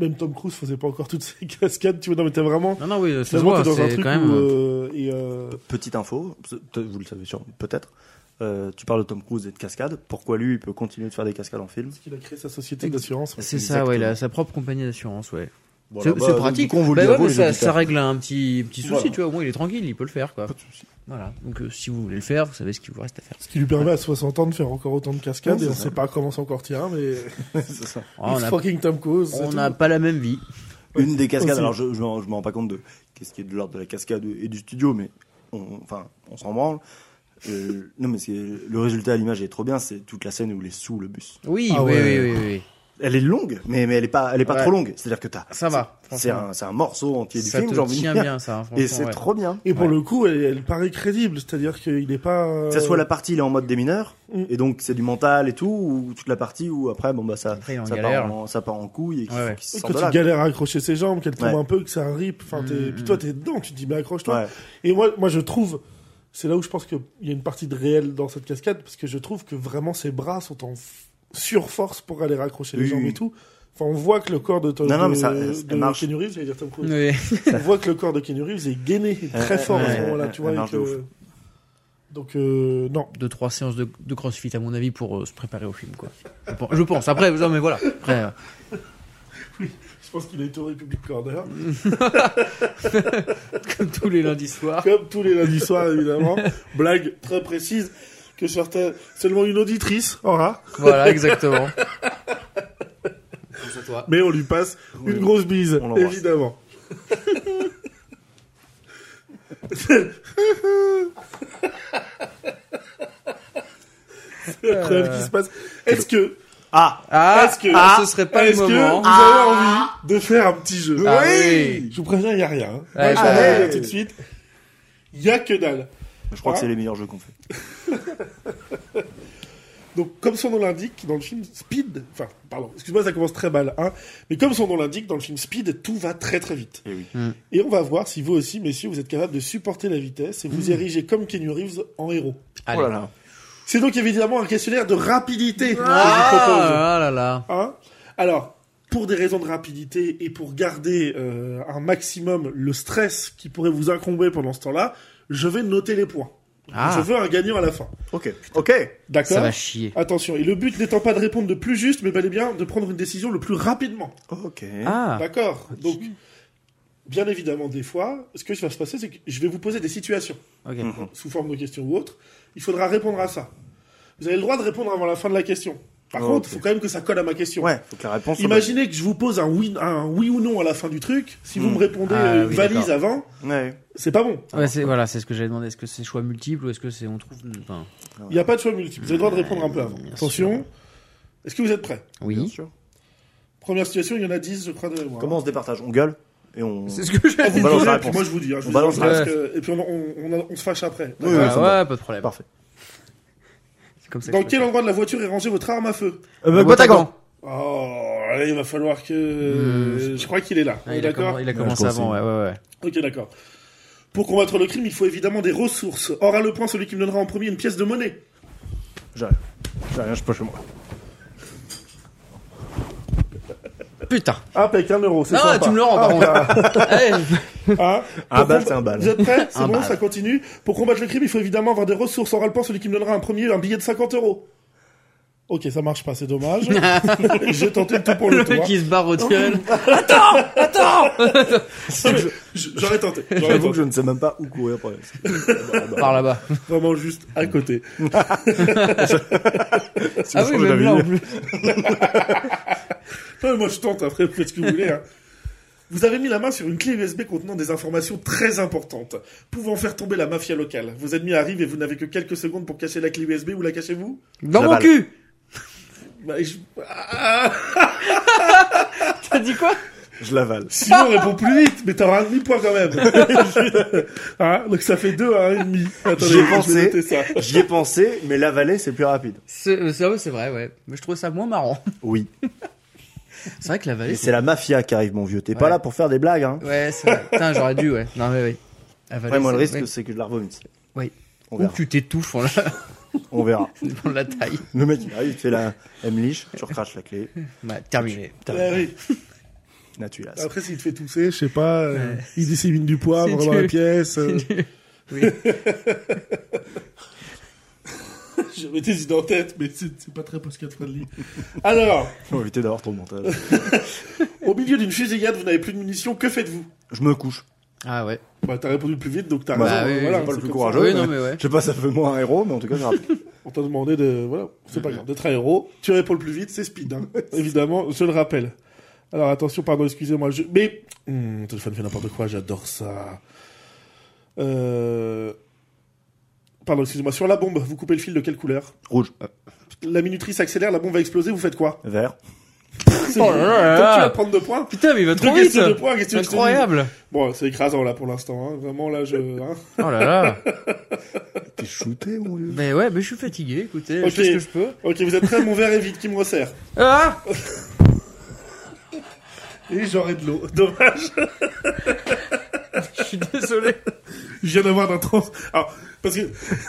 même Tom Cruise faisait pas encore toutes ses cascades, tu vois, non mais t'es vraiment...
Non, non, oui, ça se
Finalement,
voit.
t'es dans un
C'est
truc
quand même.
où...
euh,
euh, et, euh,
Petite info, peut- vous le savez sûrement, peut-être. Euh, tu parles de Tom Cruise et de cascade. Pourquoi lui, il peut continuer de faire des cascades en film
qu'il a créé sa société d'assurance.
euh, C'est ça, ouais, il a sa propre compagnie d'assurance, ouais.
Bon,
C'est-
là-bas,
c'est
du
pratique.
coup, on vous le
Bah
dit à
ouais,
vous,
mais
les
ça,
auditeurs.
ça règle un petit, petit souci,
Voilà.
tu vois. Au moins, il est tranquille, il peut le faire, quoi. Voilà. Donc, euh, si vous voulez le faire, vous savez ce qu'il vous reste à faire.
Ce qui lui permet à 60 ans de faire encore autant de cascades,
Non,
et on
c'est ça.
sait pas comment s'en encore tient, mais...
C'est ça.
Ah, on
It's
a-
fucking Tom Cruise, c'est
on
tout.
n'a pas la même vie.
Une des cascades,
Aussi.
alors je, je, m'en- je m'en rends pas compte de qu'est-ce qui est de l'ordre de la cascade et du studio, mais on, enfin, on s'en branle. Euh, non, mais c'est- le résultat à l'image est trop bien, c'est toute la scène où il est sous le bus.
Oui,
Ah
oui,
ouais.
oui, oui, oui, oui.
Elle est longue, mais, mais elle est pas, elle est pas
Ouais.
trop longue. C'est-à-dire que t'as.
Ça va,
c'est- C'est
franchement.
un, c'est un morceau entier du
Ça
film, j'ai
te
envie de
tient
dire.
bien, ça. hein, franchement,
Et c'est
ouais.
trop bien.
Et pour
Ouais.
le coup, elle, elle paraît crédible, c'est-à-dire qu'il est pas... euh,
Que ça soit la partie, il est en mode des mineurs,
Mm.
et donc c'est du mental et tout, ou toute la partie où après, bon bah ça,
Après, il est en
ça,
galère.
part, en, ça part en couille et qu'il
Ouais,
faut
ouais.
qu'il se
Et
sorte
quand
de là.
tu galères à accrocher ses jambes, qu'elle tombe
Ouais.
un peu, que c'est un rip, enfin, t'es-
Mm,
puis toi
mm.
t'es dedans, tu te dis mais accroche-toi.
Ouais.
Et moi, moi je trouve, c'est là où je pense qu'il y a une partie de réel dans cette cascade, parce que je trouve que vraiment ses bras sont en f- surforce pour aller raccrocher les
Oui,
jambes
oui.
et tout. Enfin, on voit que le corps de Tom
Non, non,
de-
mais ça- elle-
de
elle marche.
Keanu Reeves, j'allais dire Tom Cruise.
Oui.
on voit que le corps de Keanu Reeves est gainé, est très
Ouais,
fort à
ouais,
ce
ouais,
moment-là,
ouais,
tu vois.
elle
et
marche de
que-
ouf.
Donc, euh, non.
deux trois séances de, de crossfit à mon avis pour euh, se préparer au film quoi. Je pense, je pense. après non mais voilà. Après, euh,
Je pense qu'il a été au Republic Corner.
comme tous les lundis soirs.
comme tous les lundis soirs, évidemment. Blague très précise que certains- seulement une auditrice aura,
Voilà exactement. Pense à toi.
mais on lui passe une grosse bise,
On l'embrasse.
évidemment. C'est le problème qui se passe. Est-ce que,
Ah
Ah,
Est-ce que-
ah, ce serait pas le
est-ce que vous avez
moment.
envie de faire un petit jeu
Ah oui.
Je vous préviens, il n'y a rien. hein. Moi,
Ouais, bah,
je vous préviens
ouais.
tout de suite. Il n'y a que dalle.
Je crois
Ah.
que c'est les meilleurs jeux qu'on fait.
Donc, comme son nom l'indique, dans le film Speed, enfin, pardon, excuse-moi, ça commence très mal, hein, mais comme son nom l'indique, dans le film Speed, tout va très très vite.
Et oui.
Et on va voir si vous aussi, messieurs, vous êtes capable de supporter la vitesse et
Hmm.
vous érigez comme Keanu Reeves en héros.
Allez.
Oh là là.
C'est donc évidemment un questionnaire de rapidité que je vous propose.
Ah là là.
Hein Alors, pour des raisons de rapidité et pour garder euh, un maximum le stress qui pourrait vous incomber pendant ce temps-là, je vais noter les points.
Ah.
Je veux un gagnant à la fin.
Ok. Ok.
Ça
D'accord
va chier.
Attention, et le but n'étant pas de répondre le plus juste, mais bel et bien de prendre une décision le plus rapidement.
Ok.
Ah.
D'accord Donc, bien évidemment, des fois, ce que va se passer, c'est que je vais vous poser des situations,
Ok.
sous forme de questions ou autres. Il faudra répondre à ça. Vous avez le droit de répondre avant la fin de la question. Par
Oh,
contre,
ok.
faut quand même que ça colle à ma question.
Ouais, faut que la réponse soit
Imaginez que je vous pose un oui, un oui ou non à la fin du truc. Si vous
Hmm.
me répondez
Ah,
euh, une
oui,
valise
d'accord.
avant,
bonne. Ouais.
c'est pas bon.
Ouais, c'est voilà, c'est ce que j'avais demandé. Est-ce que c'est choix multiple ou est-ce que c'est on trouve enfin,
Il n'y a pas de choix multiple. Vous avez le droit de répondre un peu avant.
Bien
Attention.
sûr.
Est-ce que vous êtes prêts
Bien
Oui.
sûr.
Première situation, il y en a 10, je crois, de mémoire.
Comment on se départage On gueule et on.
C'est ce que
Ah,
j'ai
vous
On
dit.
balance
me
la
donnez, puis
réponse.
Moi, je vous dis. hein, je
On
vous
balance
dis
la
parce
réponse.
que- Et puis, on, on- on- on se fâche après.
Oui, oui,
Voilà,
ça me va.
Bah ouais, pas de problème.
Parfait.
C'est comme ça.
Dans
que je
quel
fais.
endroit de la voiture est rangée votre arme à feu
Euh,
Le
Botagan.
Oh, là, il va falloir que...
Hmm, je-
je crois qu'il est là.
Ah, il, a
D'accord
commen- il a
Ouais,
commencé
je pense
avant, ouais, ouais, ouais.
Ok, d'accord. Pour combattre le crime, il faut évidemment des ressources. Or, à le point, celui qui me donnera en premier une pièce de monnaie.
J'arrive. J'arrive, je suis pas chez moi.
Putain.
Ah, avec un euro, c'est
Ah,
sympa.
tu me le rends, par contre. Eh, Allez.
Hein
Un
Pour
bal,
comba-
c'est un bal.
Vous êtes prêts C'est
Un
bon,
bal.
ça continue. Pour combattre le crime, il faut évidemment avoir des ressources. En râlepant, celui qui me donnera un premier, un billet de 50 euros. Ok, ça marche pas, c'est dommage. J'ai tenté tout pour le,
le
toit.
mec qui se barre au tunnel.
Je- J'aurais tenté. J'aurais
J'avoue que
tenté.
je ne sais même pas où courir pour aller.
Ah Par là-bas.
Vraiment juste à côté.
Ah oui, même là en plus.
Ouais, moi, je tente après, vous faites ce que vous voulez. hein. Vous avez mis la main sur une clé USB contenant des informations très importantes, pouvant faire tomber la mafia locale. Vos ennemis arrivent et vous n'avez que quelques secondes pour cacher la clé USB. Où la cachez-vous
Dans
La
mon
balle.
cul.
bah, je... Ah
T'as dit quoi
Je l'avale.
Sinon, on répond plus vite, mais t'auras un demi-point quand même. Hein Donc ça fait deux à un et demi. Attendez,
J'y ai
je vais
pensé.
noter ça.
J'y ai pensé, mais l'avaler, c'est plus rapide.
C'est euh, c'est- ouais, c'est vrai, ouais. Mais je trouve ça moins marrant.
Oui.
C'est vrai que la vallée.
Et c'est la mafia qui arrive, mon vieux. T'es pas
Ouais.
là pour faire des blagues, hein.
Ouais, c'est vrai. Putain, j'aurais dû, ouais. Non, mais oui. La vallée,
Après, moi, le
c'est-
risque,
ouais.
c'est que je la revomisse.
Oui.
On
Ou
verra.
que tu t'étouffes en la,
On verra.
en la taille.
Le mec, il arrive, il te fait la M-liche, tu recraches la clé.
Bah, terminé.
Ouais, oui.
Là, tu l'as.
Après, s'il te fait tousser, je sais pas, euh, il dissémine du poivre
C'est
dans
du-
la pièce. euh.
Oui.
J'avais des idées en tête, mais c'est c'est pas très post friendly. Alors,
On va éviter d'avoir ton montage.
au milieu d'une fusillade, vous n'avez plus de munitions, que faites-vous
Je me couche.
Ah ouais.
Bah, t'as répondu le plus vite, donc t'as
Bah,
raison.
oui,
euh,
oui,
voilà,
c'est
pas le
c'est
plus
comme ça.
courageux.
Oui,
ouais.
non, mais ouais.
Je sais pas, ça fait moins un héros, mais en tout cas, c'est rapide.
On t'a demandé de. Voilà, c'est pas grave, d'être un héros. Tu réponds le plus vite, c'est speed, hein. évidemment, je le rappelle. Alors attention, pardon, excusez-moi. Je... Mais. Hmm, téléphone fait n'importe quoi, j'adore ça. Euh. Pardon, excusez-moi. Sur la bombe, vous coupez le fil de quelle couleur
Rouge.
La minuterie s'accélère, la bombe va exploser, vous faites quoi
Vert.
C'est
Oh là
génial.
là
Donc
là.
tu vas prendre deux points
Putain, mais il va
Deux
trop vite.
questions de points, question de
Incroyable.
Bon, c'est écrasant là pour l'instant, hein. vraiment là je. hein.
Oh là là.
T'es shooté, mon vieux.
Mais ouais, mais je suis fatigué, écoutez.
Ok.
Je fais ce que je peux.
Ok, vous êtes prêts Mon verre est vide, qui me resserre
Ah
Et j'aurai de l'eau. Dommage.
Je suis désolé.
Je viens d'avoir d'un trans. Alors, parce que,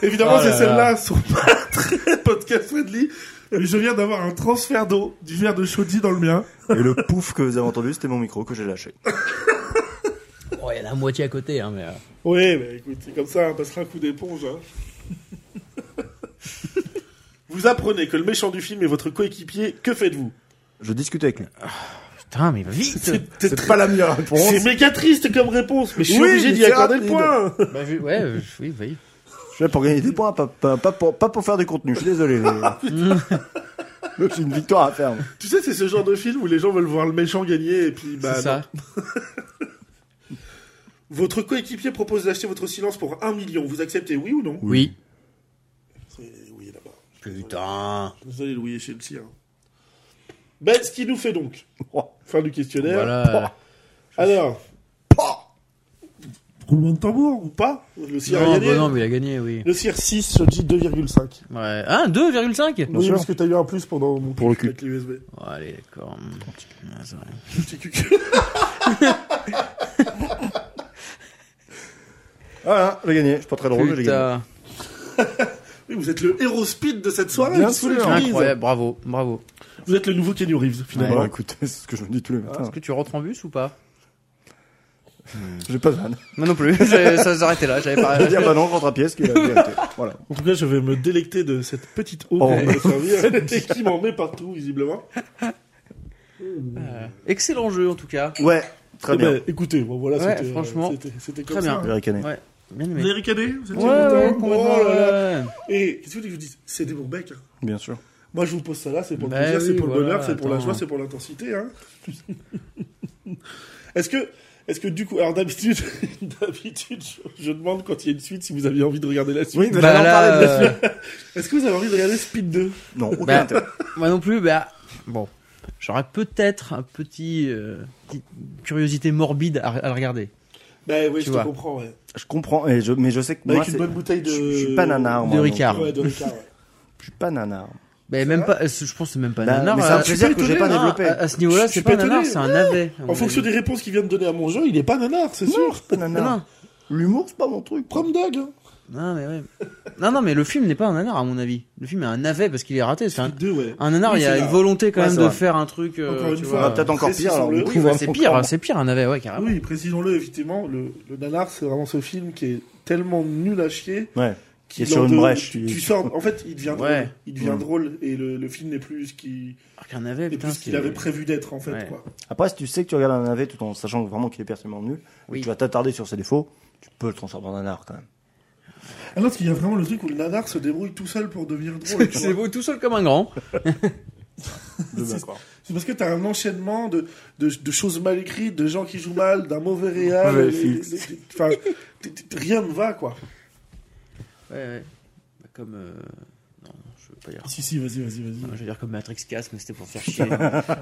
évidemment,
Oh là
ces
là.
celles-là sont pas très podcast friendly. Mais je viens d'avoir un transfert d'eau du verre de Chaudi dans le mien.
Et le pouf que vous avez entendu, c'était mon micro que j'ai lâché.
Bon, Oh, il y en a la moitié à côté, hein, mais. euh,
Oui, bah écoute, c'est comme ça, on passera un coup d'éponge. hein. vous apprenez que le méchant du film est votre coéquipier, que faites-vous
Je discute avec lui.
Putain, mais vite.
C'est
pas la meilleure réponse.
c'est méga triste comme réponse, mais je suis
Oui,
obligé
mais
d'y
c'est
accorder le
rapide.
point.
Bah, je- Ouais, euh, oui, oui.
Je suis là pour gagner des points, pas, pas, pas pour, pas pour faire du contenu. Je suis désolé.
Ah,
mais- J'ai une victoire à faire. moi.
Tu sais, c'est ce genre de film où les gens veulent voir le méchant gagner et puis bah.
C'est
non.
ça.
Votre coéquipier propose d'acheter votre silence pour 1 million. Vous acceptez oui ou non
Oui.
C'est- Oui, là-bas.
Putain.
Désolé, Louis est chez le sien. Ben, ce qui nous fait donc.
Oh.
Fin du questionnaire.
Voilà.
Alors. Roulement de tambour ou pas Le cire
Non,
a gagné.
bah non, mais il a gagné, oui.
Le cire 6 se dit 2,5.
Ouais. Ah, 2,5
Oui, parce que t'as eu un plus pendant mon
Pour le
cul avec l'USB.
Oh, allez, d'accord. Ah, ça va.
Petit cul.
Voilà, j'ai gagné. Je suis pas très drôle, mais j'ai gagné.
Putain,
Oui, vous êtes le héros speed de cette soirée.
Bien
vous
sûr.
les frises.
incroyable, bravo, bravo.
Vous êtes le nouveau Kenny Reeves, finalement.
Bon, écoutez, c'est ce que je me dis tous les matins.
Est-ce que tu rentres en bus ou pas
J'ai pas de vanne.
Non non plus, J'ai- ça s'arrêtait là, j'avais pas.
Je dis, ah bah non, je rentre à pied, ce qui est la vérité. Voilà.
En tout cas, je vais me délecter de cette petite eau
Oh.
qu'on m'a servie et qui m'en met partout, visiblement.
Euh, Excellent jeu en tout cas.
Ouais, très
Eh
bien.
ben, écoutez, bon, voilà,
Ouais,
c'était,
franchement,
c'était, c'était comme
très
ça.
bien.
J'ai ricané.
Ouais, bien
Vous
aimé.
avez ricané Vous étiez
Ouais, ouais,
content
complètement,
Oh là là.
ouais.
Et qu'est-ce que vous voulez que je vous dise C'est des bons becs. hein.
Bien sûr.
Moi, je vous pose ça là, c'est pour le
Bah
plaisir, c'est
oui,
pour le
voilà,
bonheur, c'est pour la
attends.
joie, c'est pour l'intensité. Hein. est-ce que, est-ce que du coup, alors d'habitude, d'habitude, je, je demande quand il y a une suite si vous aviez envie de regarder la suite.
Oui, mais
Bah
j'allais en
là,
parler de la
euh,
suite.
Est-ce que vous avez envie de regarder Speed 2
Non, aucun
bah,
intérêt.
Moi non plus, bah bon. J'aurais peut-être un petit euh, petite curiosité morbide à, à le regarder.
Ben oui,
Tu
je
vois.
te comprends. Ouais.
Bah Je comprends, et je- mais je sais que
Bah, Avec
moi,
une
c'est-
bonne bouteille de.
je je suis pas nanar. moi,
de
donc, euh,
Ricard.
Ouais, de Ricard. ouais.
Je suis pas nanar.
Mais même pas, je pense que c'est même pas un
Bah,
nanar. euh,
mais c'est un
à-
plaisir que j'ai pas
Non,
développé.
hein. À, à ce niveau-là,
Je suis
c'est pas un
pas
nanar,
étonné.
c'est un navet. à mon
En fonction
avis.
des réponses qu'il vient de donner à mon jeu, il est pas nanar, c'est sûr.
Pas nanar.
Non,
L'humour, c'est pas mon truc.
Prom dog. hein.
non, non, mais ouais. non, non, mais le film n'est pas un nanar à mon avis. Le film est un navet parce qu'il est raté. C'est un,
Speed 2, ouais.
un nanar,
Oui,
il y a
c'est
une
là.
volonté quand
Ouais,
même
c'est
de
vrai.
faire un truc. euh,
Encore une
tu
fois,
On
vois.
va peut-être encore pire. alors, on
Précisons-le.
Oui,
trouve
bah,
un-
c'est pire, c'est pire un navet, ouais, carrément.
Ah Oui, précisons-le, effectivement, le, le nanar, c'est vraiment ce film qui est tellement nul à chier.
Ouais. Qui est
qu'il
sur
en
une
de-
brèche, tu-
Tu, sors, en fait, il devient
Ouais.
drôle. Il devient
Mm.
drôle et le, le film n'est plus ce qui-
Alors qu'un navet,
n'est
putain,
plus ce qu'il avait prévu d'être, en fait.
Ouais.
Quoi.
Après, si tu sais que tu regardes un navet tout en sachant vraiment qu'il est pertinemment nul,
Oui.
tu vas t'attarder sur ses défauts, tu peux le transformer en nanar quand même.
Alors parce qu'il y a vraiment le truc où le nanar se débrouille tout seul pour devenir drôle. tu
C'est
vois.
beau tout seul comme un grand.
C'est parce que t'as un enchaînement de, de, de choses mal écrites, de gens qui jouent mal, d'un mauvais
Mauvais
réal.
film.
Enfin, t- t- rien ne va, quoi.
Ouais, ouais. Bah, Comme. euh, Non, non, je veux pas
Ah,
dire.
Si, si, vas-y, vas-y, vas-y.
Non, je veux dire comme Matrix Casse, mais c'était pour faire chier.
Voilà, Ah,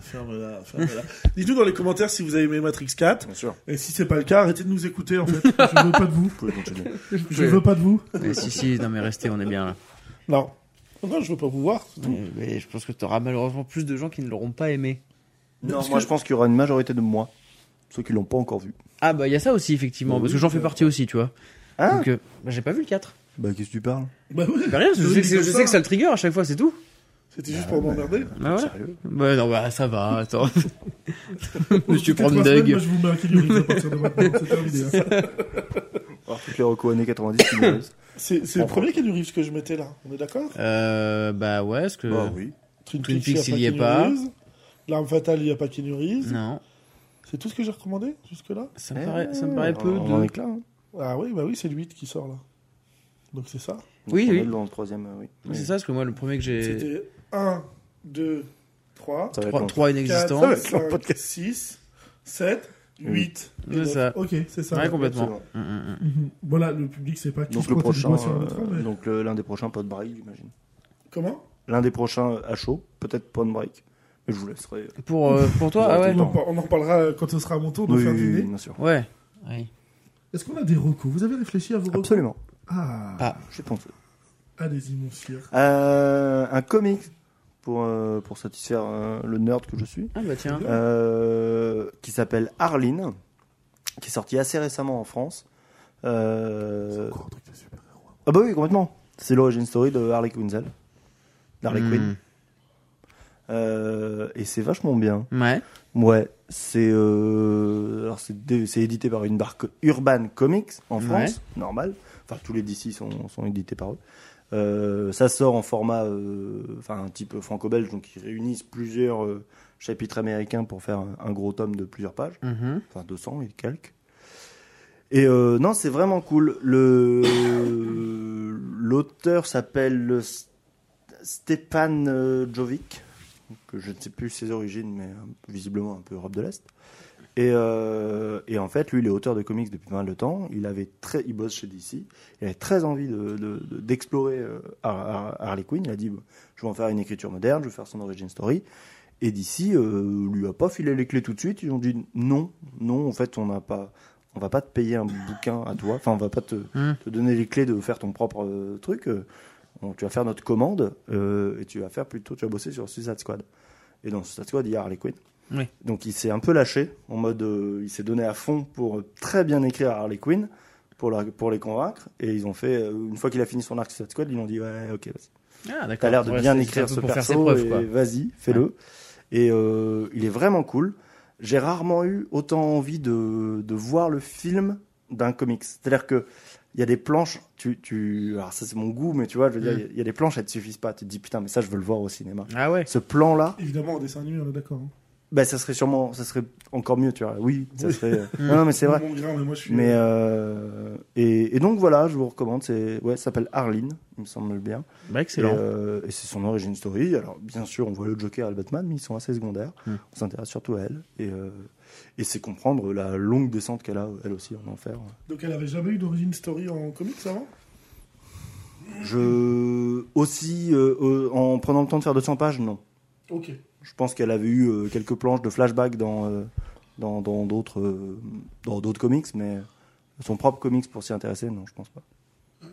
ferme-la, ferme-la. Dites-nous dans les commentaires si vous avez aimé Matrix 4.
Bien sûr.
Et si c'est pas le cas, arrêtez de nous écouter, en fait. Je veux pas de vous.
Vous pouvez continuer.
Je veux pas de vous.
Mais si, si, non, mais restez, on est bien là.
Non. Non, je veux pas vous voir.
Mais, mais je pense que t'auras malheureusement plus de gens qui ne l'auront pas aimé.
Non,
Parce
moi
que-
je pense qu'il y aura une majorité de moi, ceux qui l'ont pas encore vu.
Ah, bah, euh, il y a ça aussi, effectivement, parce que j'en fais partie aussi, tu vois.
Hein
Donc, euh, bah, j'ai pas vu le 4.
Bah qu'est-ce que tu parles
Bah ouais.
Bah, rien, parce que je sais, que, c'est-
Comme
je
ça. Ah,
sais que ça le trigger à chaque fois, c'est tout.
C'était juste pour m'emmerder.
Bah, voilà.
Sérieux
Bah, non, bah, ça va, attends. Monsieur
Toutes les trois semaines, Moi,
Promdug.
je vous mets un Killurix à partir de maintenant. C'est terminé. hein.
Alors toutes les recos années 90 qui me restent.
C'est c'est le premier cas du riff que je mettais là. On est d'accord
Euh, bah, ouais, est-ce que.
Bah oui.
Twin Peaks,
a
il y est
Keanu
pas.
Reeves. L'arme fatale, il n'y a pas Keanu Reeves.
Non,
C'est tout ce que j'ai recommandé jusque-là
ça me paraît, ça me paraît peu
Eh, On en
de.
est que là, hein.
Ah oui, bah oui, c'est le 8 qui sort là. Donc c'est ça.
Oui,
On
oui.
est Dans le troisième, euh, oui.
C'est ça, parce que moi, le premier que j'ai.
C'était 1, 2, 3,
Ça va être
3,
long.
inexistants.
4,
long
5, 6, 7, 8.
C'est ça.
Ok, c'est ça.
Ouais, complètement.
Absolument.
Mm, mm, mm.
Mhm. Voilà, le public, c'est pas qui
Donc
se
le
pointe du
prochain,
doigt sur un
euh,
autre, mais-
donc le- l'un des prochains pas de break, j'imagine.
Comment
L'un des prochains euh, à chaud, peut-être pas de break, mais je vous laisserai.
Pour, euh, pour toi,
Ouais,
ah ouais.
on, en, par- on en reparlera quand ce sera à mon tour de faire dîner.
bien sûr.
Ouais. Oui.
Est-ce qu'on a des recos Vous avez réfléchi à vos recos
Absolument.
Ah,
Ah.
J'ai pensé.
allez-y, mon sire.
Euh, un comics pour euh, pour satisfaire euh, le nerd que je suis.
Ah bah tiens.
euh, qui s'appelle Arline, qui est sorti assez récemment en France. Euh,
Encore un truc de super-héros.
Ah bah oui, complètement. C'est l'origin story de Harley Quinzel. D'Harley Quinn.
Mm.
Euh, et c'est vachement bien.
Mm. Ouais.
Ouais, c'est euh, alors c'est dé- c'est édité par une marque Urban Comics en
Ouais.
France, normal. Enfin, tous les DC sont, sont édités par eux. Euh, ça sort en format, euh, enfin un type franco-belge, donc ils réunissent plusieurs euh, chapitres américains pour faire un- un gros tome de plusieurs pages
Mhm.
enfin 200 et quelques. Et euh, non, c'est vraiment cool. Le l'auteur s'appelle S- Stepan euh, Jovic, que je ne sais plus ses origines, mais euh, visiblement un peu Europe de l'Est. Et, euh, et en fait, lui, il est auteur de comics depuis pas mal de temps. Il avait très, il bosse chez DC. Il avait très envie de- de- de- d'explorer euh, Har- Har- Harley Quinn. Il a dit, je vais en faire une écriture moderne, je vais faire son origin story. Et d'ici, euh, lui a pas filé les clés tout de suite. Ils ont dit non, non, en fait, on n'a pas, on va pas te payer un bouquin à toi. Enfin, on va pas te,
Mm.
te donner les clés de faire ton propre euh, truc. Euh, on- tu vas faire notre commande euh, et tu vas faire plutôt, tu vas bosser sur Suicide Squad. Et dans Suicide Squad, il y a Harley Quinn.
Oui.
Donc il s'est un peu lâché en mode, euh, il s'est donné à fond pour euh, très bien écrire à Harley Quinn pour, la- pour les convaincre. Et ils ont fait, euh, une fois qu'il a fini son arc Suicide Squad, ils lui ont dit ouais, ok, vas-y.
Ah d'accord.
T'as l'air de
Ouais,
bien
c'est-
écrire
c'est
ce
pour faire
perso,
ses preuves,
et
quoi.
vas-y, fais-le. Et euh, il est vraiment cool. J'ai rarement eu autant envie de, de voir le film d'un comics. C'est-à-dire que il y a des planches, tu, tu, alors ça c'est mon goût, mais tu vois, je veux dire,
Mm.
il y a des planches, elles te suffisent pas. Tu te dis putain, mais ça je veux le voir au cinéma.
Ah ouais.
Ce plan-là,
Évidemment,
Évidemment, en dessin animé, on est d'accord. hein.
Bah, ça serait sûrement, ça serait encore mieux, tu vois. Oui, ça
Oui.
serait. euh,
Mm.
non, non, mais c'est vrai.
Mon grain, mais moi, je suis-
Mais euh, et, et donc voilà, je vous recommande. C'est ouais, ça s'appelle Arline, il me semble bien.
Bah,
Et,
excellent.
euh, et c'est son origin story. Alors bien sûr, on voit le Joker et le Batman, mais ils sont assez secondaires.
Hmm.
On s'intéresse surtout à elle et euh, et c'est comprendre la longue descente qu'elle a elle aussi en enfer.
Donc elle avait jamais eu d'origine story en comics avant
Je aussi euh, euh, en prenant le temps de faire 200 pages, non.
Ok.
Je pense qu'elle avait eu euh, quelques planches de flashback dans euh, dans dans d'autres euh, dans d'autres comics, mais son propre comics pour s'y intéresser, non, je pense pas. euh,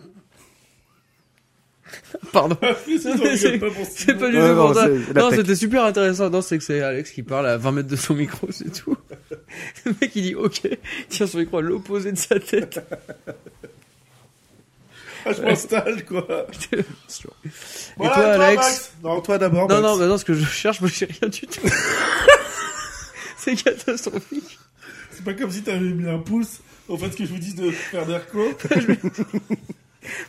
Pardon.
C'est
Mais c'est- C'est pas du
Ouais,
tout
non,
pour ça.
c'est la
Non,
tech.
c'était super intéressant. Non, c'est que c'est Alex qui parle à 20 mètres de son micro, c'est tout. Le mec, il dit OK, tient son micro à l'opposé de sa tête.
Ah, je m'installe, quoi.
Et toi, Alex
Non, toi d'abord.
Non, non,
Max.
bah non, ce que je cherche, moi, j'ai rien du tout. c'est catastrophique.
C'est pas comme si t'avais mis un pouce au fait que je vous dise de faire des recos.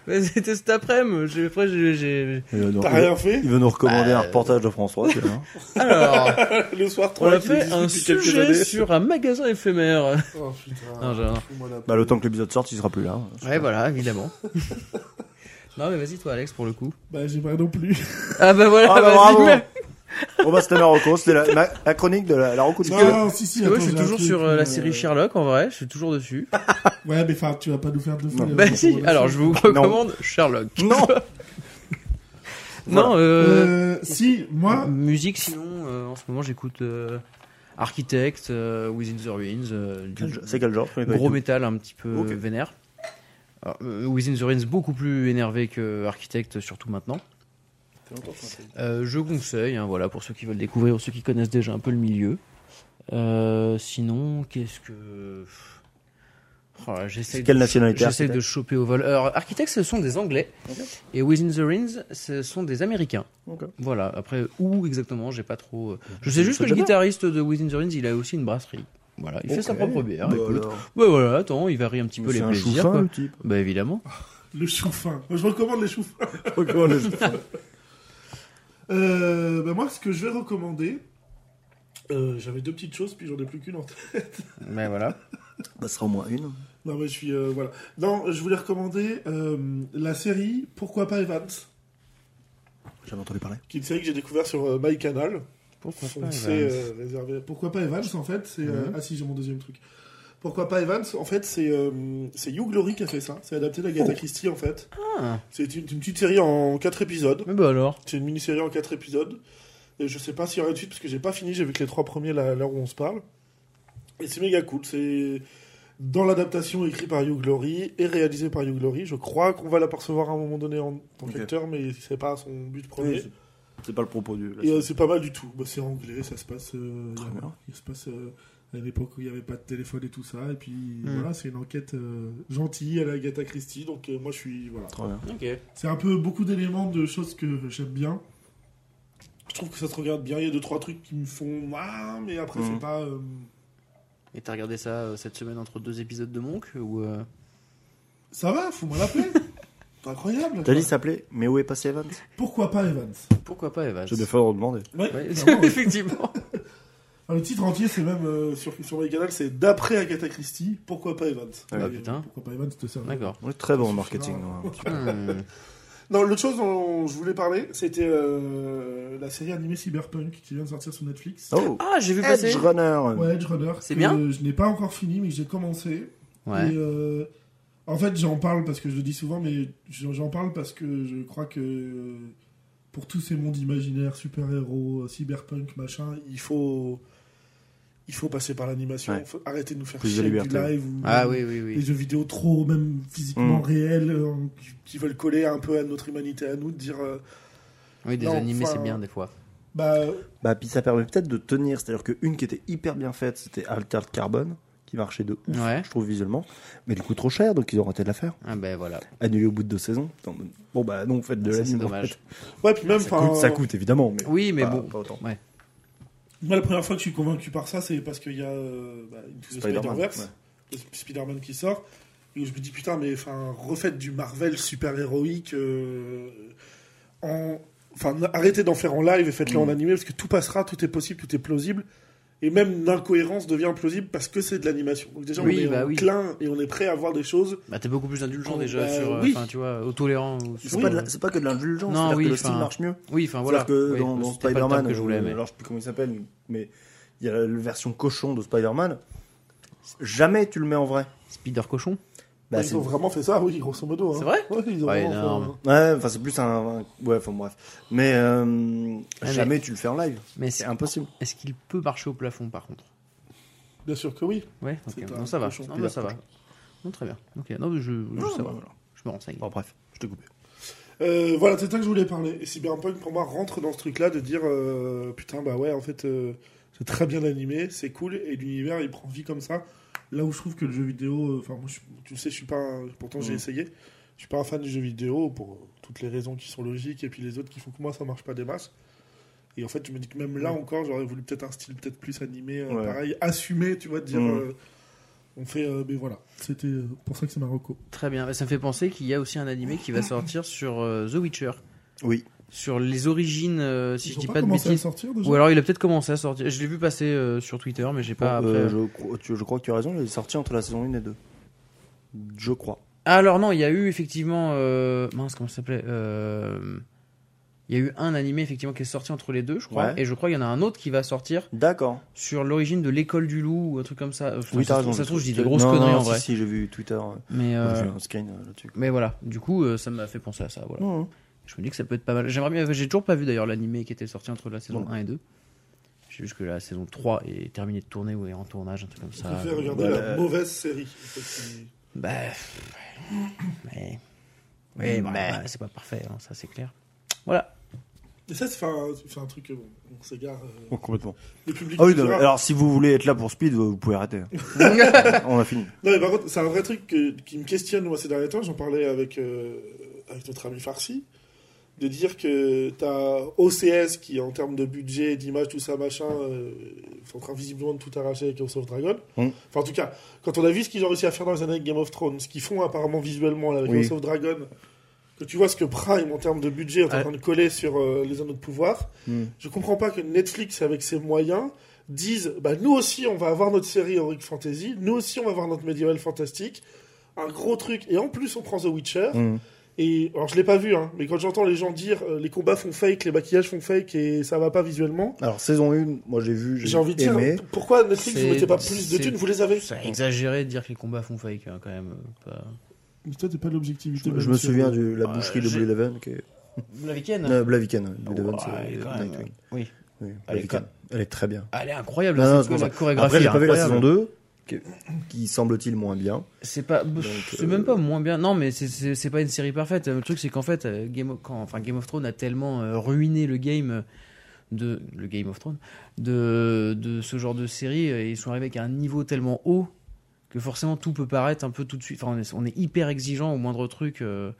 Mais c'était cet après-midi. J'ai- Après, j'ai- j'ai.
Il veut nous-
T'as rien Bah, fait
euh, il veut nous recommander un reportage de François. hein. tu vois.
Alors,
le soir
on
3
a fait un sujet sur un magasin éphémère.
Oh putain.
Non, j'ai-
Bah, le temps que l'épisode sorte, il sera plus là.
Ouais, voilà, évidemment. non, mais vas-y, toi, Alex, pour le coup.
Bah, j'ai pas non plus.
Ah, bah voilà,
Ah bah,
vas-y,
bravo.
mais-
Bon bah c'était ma reco, c'était la, ma- la chronique de la, la reco du
Non,
cœur.
non, si, si.
Parce
attends,
que moi, je suis
j'ai un
toujours
truc,
sur euh,
euh,
la série Sherlock, en vrai, je suis toujours dessus.
Ouais, mais enfin, tu vas pas nous faire de fou. euh, les
bah si,
recommandations.
alors je vous recommande Sherlock.
Non
Non, euh,
Euh, si, moi,
musique sinon, euh, en ce moment j'écoute euh, Architect, euh, Within the Ruins, euh, du
Quel- C'est quel genre je connais pas du
gros
tout.
métal un petit peu
Ok.
vénère. Alors, euh, Within the Ruins beaucoup plus énervé que Architect, surtout maintenant. Euh, je conseille, hein, voilà, pour ceux qui veulent découvrir ou ceux qui connaissent déjà un peu le milieu. Euh, sinon, qu'est-ce que. Oh là, j'essaie
Quelle
de-
nationalité,
J'essaie de
Architect
choper au vol. Alors, Architects, ce sont des Anglais. Et Within the Rings, ce sont des Américains.
Ok.
Voilà, après, où exactement, j'ai pas trop. euh, Je sais juste
C'est
que le
déjà
guitariste de Within the Rings, il a aussi une brasserie. Voilà, il fait
Ok.
sa propre bière.
Bah,
écoute.
alors.
Ouais, voilà, attends, il varie un petit peu les
C'est un
plaisirs.
chouffin
quoi.
le type.
Bah, évidemment.
le chou fin. Moi, je recommande les choux fins.
Je recommande le chouffin.
Euh, bah, moi, ce que je vais recommander. euh, J'avais deux petites choses, puis j'en ai plus qu'une en tête.
Mais voilà.
Bah ce sera au moins une.
Non, mais je suis. euh, voilà. Non, je voulais recommander euh, la série Pourquoi pas Evans,
J'avais entendu parler.
qui est une série que j'ai découverte sur euh, MyCanal.
Pourquoi pas,
foncé,
Evans
euh, réservé. Pourquoi pas Evans en fait c'est euh, Ah si j'ai mon deuxième truc. Pourquoi pas Evans en fait c'est euh, c'est Hugh Glory qui a fait ça. C'est adapté d'Agatha Christie en fait.
Ah.
C'est une, une petite série en quatre épisodes.
Mais bah alors.
C'est une mini-série en quatre épisodes. Et je sais pas s'il y aura une suite parce que j'ai pas fini. J'ai vu que les trois premiers là, à l'heure où on se parle. Et c'est méga cool. C'est dans l'adaptation écrit par Hugh Glory et réalisé par Hugh Glory. Je crois qu'on va l'apercevoir à un moment donné en tant
Ok.
qu'acteur, mais c'est pas son but premier.
C'est pas le propos du.
Et euh, c'est pas mal du tout. Bah, c'est anglais, ça se passe. euh,
Très
il y a-
bien.
il se passe euh, à l'époque où il n'y avait pas de téléphone et tout ça. Et puis
Hmm.
voilà, c'est une enquête euh, gentille à la Agatha Christie. Donc euh, moi, je suis voilà.
Très bien.
Ok.
C'est un peu beaucoup d'éléments de choses que j'aime bien. Je trouve que ça se regarde bien. Il y a deux trois trucs qui me font ah, mais après
Hmm.
c'est pas. euh,
Et t'as regardé ça euh, cette semaine entre deux épisodes de Monk ou euh,
Ça va, faut moi la paix. C'est incroyable.
T'as dit s'appelait Mais où est passé Evans
Pourquoi pas Evans
Pourquoi pas Evans
J'ai des fois demander.
Ouais,
Ouais,
clairement, ouais.
Effectivement.
Enfin, Ah, le titre entier, c'est même euh, sur sur les canals, c'est d'après Agatha Christie. Pourquoi pas Evans
Ah,
Et, euh,
putain.
Pourquoi pas Evans te sert.
D'accord.
On est très bon en marketing. hein.
Hmm.
Non, l'autre chose dont je voulais parler, c'était euh, la série animée Cyberpunk qui vient de sortir sur Netflix.
Oh
Ah, j'ai vu passer.
Edge Runner.
Ouais, Edge Runner.
C'est
que
bien
Je n'ai pas encore fini, mais que j'ai commencé.
Ouais.
Et, euh, en fait, j'en parle parce que je le dis souvent, mais j'en j'en parle parce que je crois que pour tous ces mondes imaginaires, super-héros, euh, cyberpunk, machin, il faut, il faut passer par l'animation.
Ouais.
Faut Arrêter de nous faire
Plus de
chier avec du
liberté.
live ou
Ah oui, oui, oui.
les jeux vidéo trop, même physiquement
Mm.
réels, euh, qui- qui veulent coller un peu à notre humanité, à nous, de dire... euh,
Oui, des
Non,
animés,
enfin-
c'est bien des fois.
bah,
Bah puis ça permet peut-être de tenir. C'est-à-dire qu'une qui était hyper bien faite, c'était Altered Carbon, qui marchait de ouf,
Ouais.
je trouve visuellement. Mais du coup trop cher, donc ils ont raté de la faire.
Ah ben voilà.
annulé au bout de deux saisons. Attends, Bon bah non, faites de
Ah, Ça,
la
c'est dommage.
ouais, puis même...
Ça
enfin,
coûte, ça coûte, évidemment, mais
Oui, mais
pas-
bon.
pas autant.
Moi, la première fois que je suis convaincu par ça, c'est parce qu'il y a euh, bah, Into the
Spider-Man,
Spider-Verse,
ouais.
le Sp- Spider-Man qui sort, et où je me dis putain, mais enfin, refaites du Marvel super-héroïque euh,
Mm.
en. Enfin, arrêtez d'en faire en live et faites-le en animé parce que tout passera, tout est possible, tout est plausible. et même l'incohérence devient plausible parce que c'est de l'animation. Donc déjà,
Oui,
on est
bah oui.
plein et on est prêt à voir des choses.
Bah, t'es beaucoup plus indulgent
Oh,
déjà
bah,
sur, euh,
oui.
enfin, tu vois, au tolérant. ou
ben C'est
sur-
pas, de la- c'est pas que de l'indulgence,
Non,
c'est-à-dire
oui,
que le style
enfin,
marche mieux.
Oui, enfin voilà.
C'est-à-dire que
Oui,
dans,
bah,
dans
c'était pas le terme
Spider-Man,
que je voulais,
euh,
mais-
alors je sais plus comment il s'appelle, mais il y a la la version cochon de Spider-Man. Jamais tu le mets en vrai.
Spider cochon.
Bah,
ils
c'est
ont vraiment fait ça, oui, grosso modo. hein.
C'est vrai
Ouais, ils ont
Ouais,
vraiment fait
énorme.
Ouais, enfin c'est plus un, un- ouais, enfin bref. Mais euh,
Ah, mais-
jamais tu le fais en live,
Mais
c'est
est-ce
impossible.
est-ce qu'il peut marcher au plafond par contre
un- Bien sûr que oui.
Ouais, ok.
C'est un
non, ça va.
cochon.
Non, bah, ça va. Non, très bien. Ok, non, mais je, je, ça va.
voilà.
je me renseigne.
Bon, bref, je t'ai coupé.
Euh, voilà, c'est de ça que je voulais parler. Et Cyberpunk, pour moi, rentre dans ce truc-là de dire euh, Putain, bah ouais, en fait, euh, c'est très bien animé, c'est cool, et l'univers, il prend vie comme ça. Là où je trouve que le jeu vidéo. euh, Enfin, moi, je- tu sais, je suis pas. un- Pourtant, j'ai
Mhm.
essayé. Je suis pas un fan du jeu vidéo pour euh, toutes les raisons qui sont logiques, et puis les autres qui font que moi, ça marche pas des masses. Et en fait, je me dis que même là encore, j'aurais voulu peut-être un style peut-être plus animé, euh,
Ouais.
pareil, assumé, tu vois, de dire.
Mhm.
euh, on fait. euh, mais voilà, c'était euh, pour ça que c'est ma reco.
Très bien. Bah, Ça me fait penser qu'il y a aussi un animé qui va sortir sur euh, The Witcher.
Oui.
Sur les origines, euh, si
Ils
je
ont
dis pas de
commencé à le
bêtises.
sortir déjà
Ou alors il a peut-être commencé à sortir. Je l'ai vu passer euh, sur Twitter, mais j'ai pas.
Euh,
après-
je, crois- tu- je crois que tu as raison, il est sorti entre la saison 1 et 2. Je crois.
Ah, Alors non, il y a eu effectivement. euh, Mince, comment ça s'appelait Euh, Il y a eu un animé effectivement qui est sorti entre les deux, je crois.
Ouais.
Et je crois qu'il y en a un autre qui va sortir
D'accord.
sur l'origine de l'école du loup ou un truc comme ça. Enfin,
Oui,
ça,
t'as
se-
raison.
ça se trouve, je dis des
Non,
grosses
non,
conneries en
si,
vrai.
Si, j'ai vu Twitter, euh,
Mais, euh,
j'ai vu un scan euh, là-dessus.
mais voilà, du coup, euh, ça m'a fait penser à ça. Voilà.
Non, non.
Je me dis que ça peut être pas mal. J'aimerais bien. J'ai toujours pas vu d'ailleurs l'animé qui était sorti entre la saison
Non.
1 et 2. J'ai juste que la saison 3 est terminée de tourner ou est en tournage, un truc comme
Je
ça.
préfère regarder
voilà.
la mauvaise série. en fait, qui-
Bah. pff, ouais. Ouais,
Ouais,
bah,
bah.
c'est pas parfait, hein, ça c'est clair. Voilà.
Et ça, c'est fait un, c'est un truc que bon, on s'égare. euh,
Oh, complètement.
le public.
Ah oui, non,
culturel.
mais alors si vous voulez être là pour Speed, vous vous pouvez arrêter. On a fini.
Non, mais par contre, c'est un vrai truc que- qui me questionne moi ces derniers temps. J'en parlais avec, euh, avec notre ami Farsi. De dire que t'as OCS qui, en termes de budget, d'image, tout ça, machin, euh, sont en train visiblement de tout arracher avec House of Dragon.
Mm.
Enfin, en tout cas, quand on a vu ce qu'ils ont réussi à faire dans les années avec Game of Thrones, ce qu'ils font apparemment visuellement là, avec
Oui.
House of Dragon, que tu vois ce que Prime, en termes de budget, est en
Ah.
train de coller sur euh, les anneaux de pouvoir,
Hmm.
Je comprends pas que Netflix, avec ses moyens, dise bah, nous aussi, on va avoir notre série Heroic Fantasy, nous aussi, on va avoir notre médiéval fantastique, un gros truc, et en plus, on prend The Witcher.
Mm.
Et alors, je l'ai pas vu, hein, mais quand j'entends les gens dire euh, les combats font fake, les maquillages font fake et ça va pas visuellement,
Alors saison 1, moi j'ai vu,
j'ai envie de dire
aimé.
p- pourquoi Netflix
C'est-
vous mettez pas plus de
c'est-
thunes, vous les avez
C'est exagéré de dire que les combats font fake hein, quand même. euh, Pas...
Mais toi, t'es pas l'objectivité.
Je me souviens de la
Euh,
boucherie de
j'ai-
Blue Eleven. Qui est...
La week-end
Euh, Blaviken, ouais. Blue Eleven,
Ouais,
c'est
quand même,
Nightwing.
Oui.
Oui,
Elle est
Blaviken. Elle est très bien.
Elle est incroyable,
Non,
c'est
non,
que
c'est pour
la
ça.
chorégraphie.
Après, j'ai
est
pas vu la
incroyable.
saison 2, qui, qui semble-t-il moins bien.
C'est pas, c'est
euh,
même pas moins bien. Non, mais c'est- c'est c'est pas une série parfaite. Le truc, c'est qu'en fait, euh, Game of, quand- enfin, Game of Thrones a tellement euh, ruiné le game de le Game of Thrones de, de ce genre de série. euh, Et ils sont arrivés avec un niveau tellement haut que forcément tout peut paraître un peu tout de suite. Enfin, on est, on est hyper exigeant au moindre truc. euh,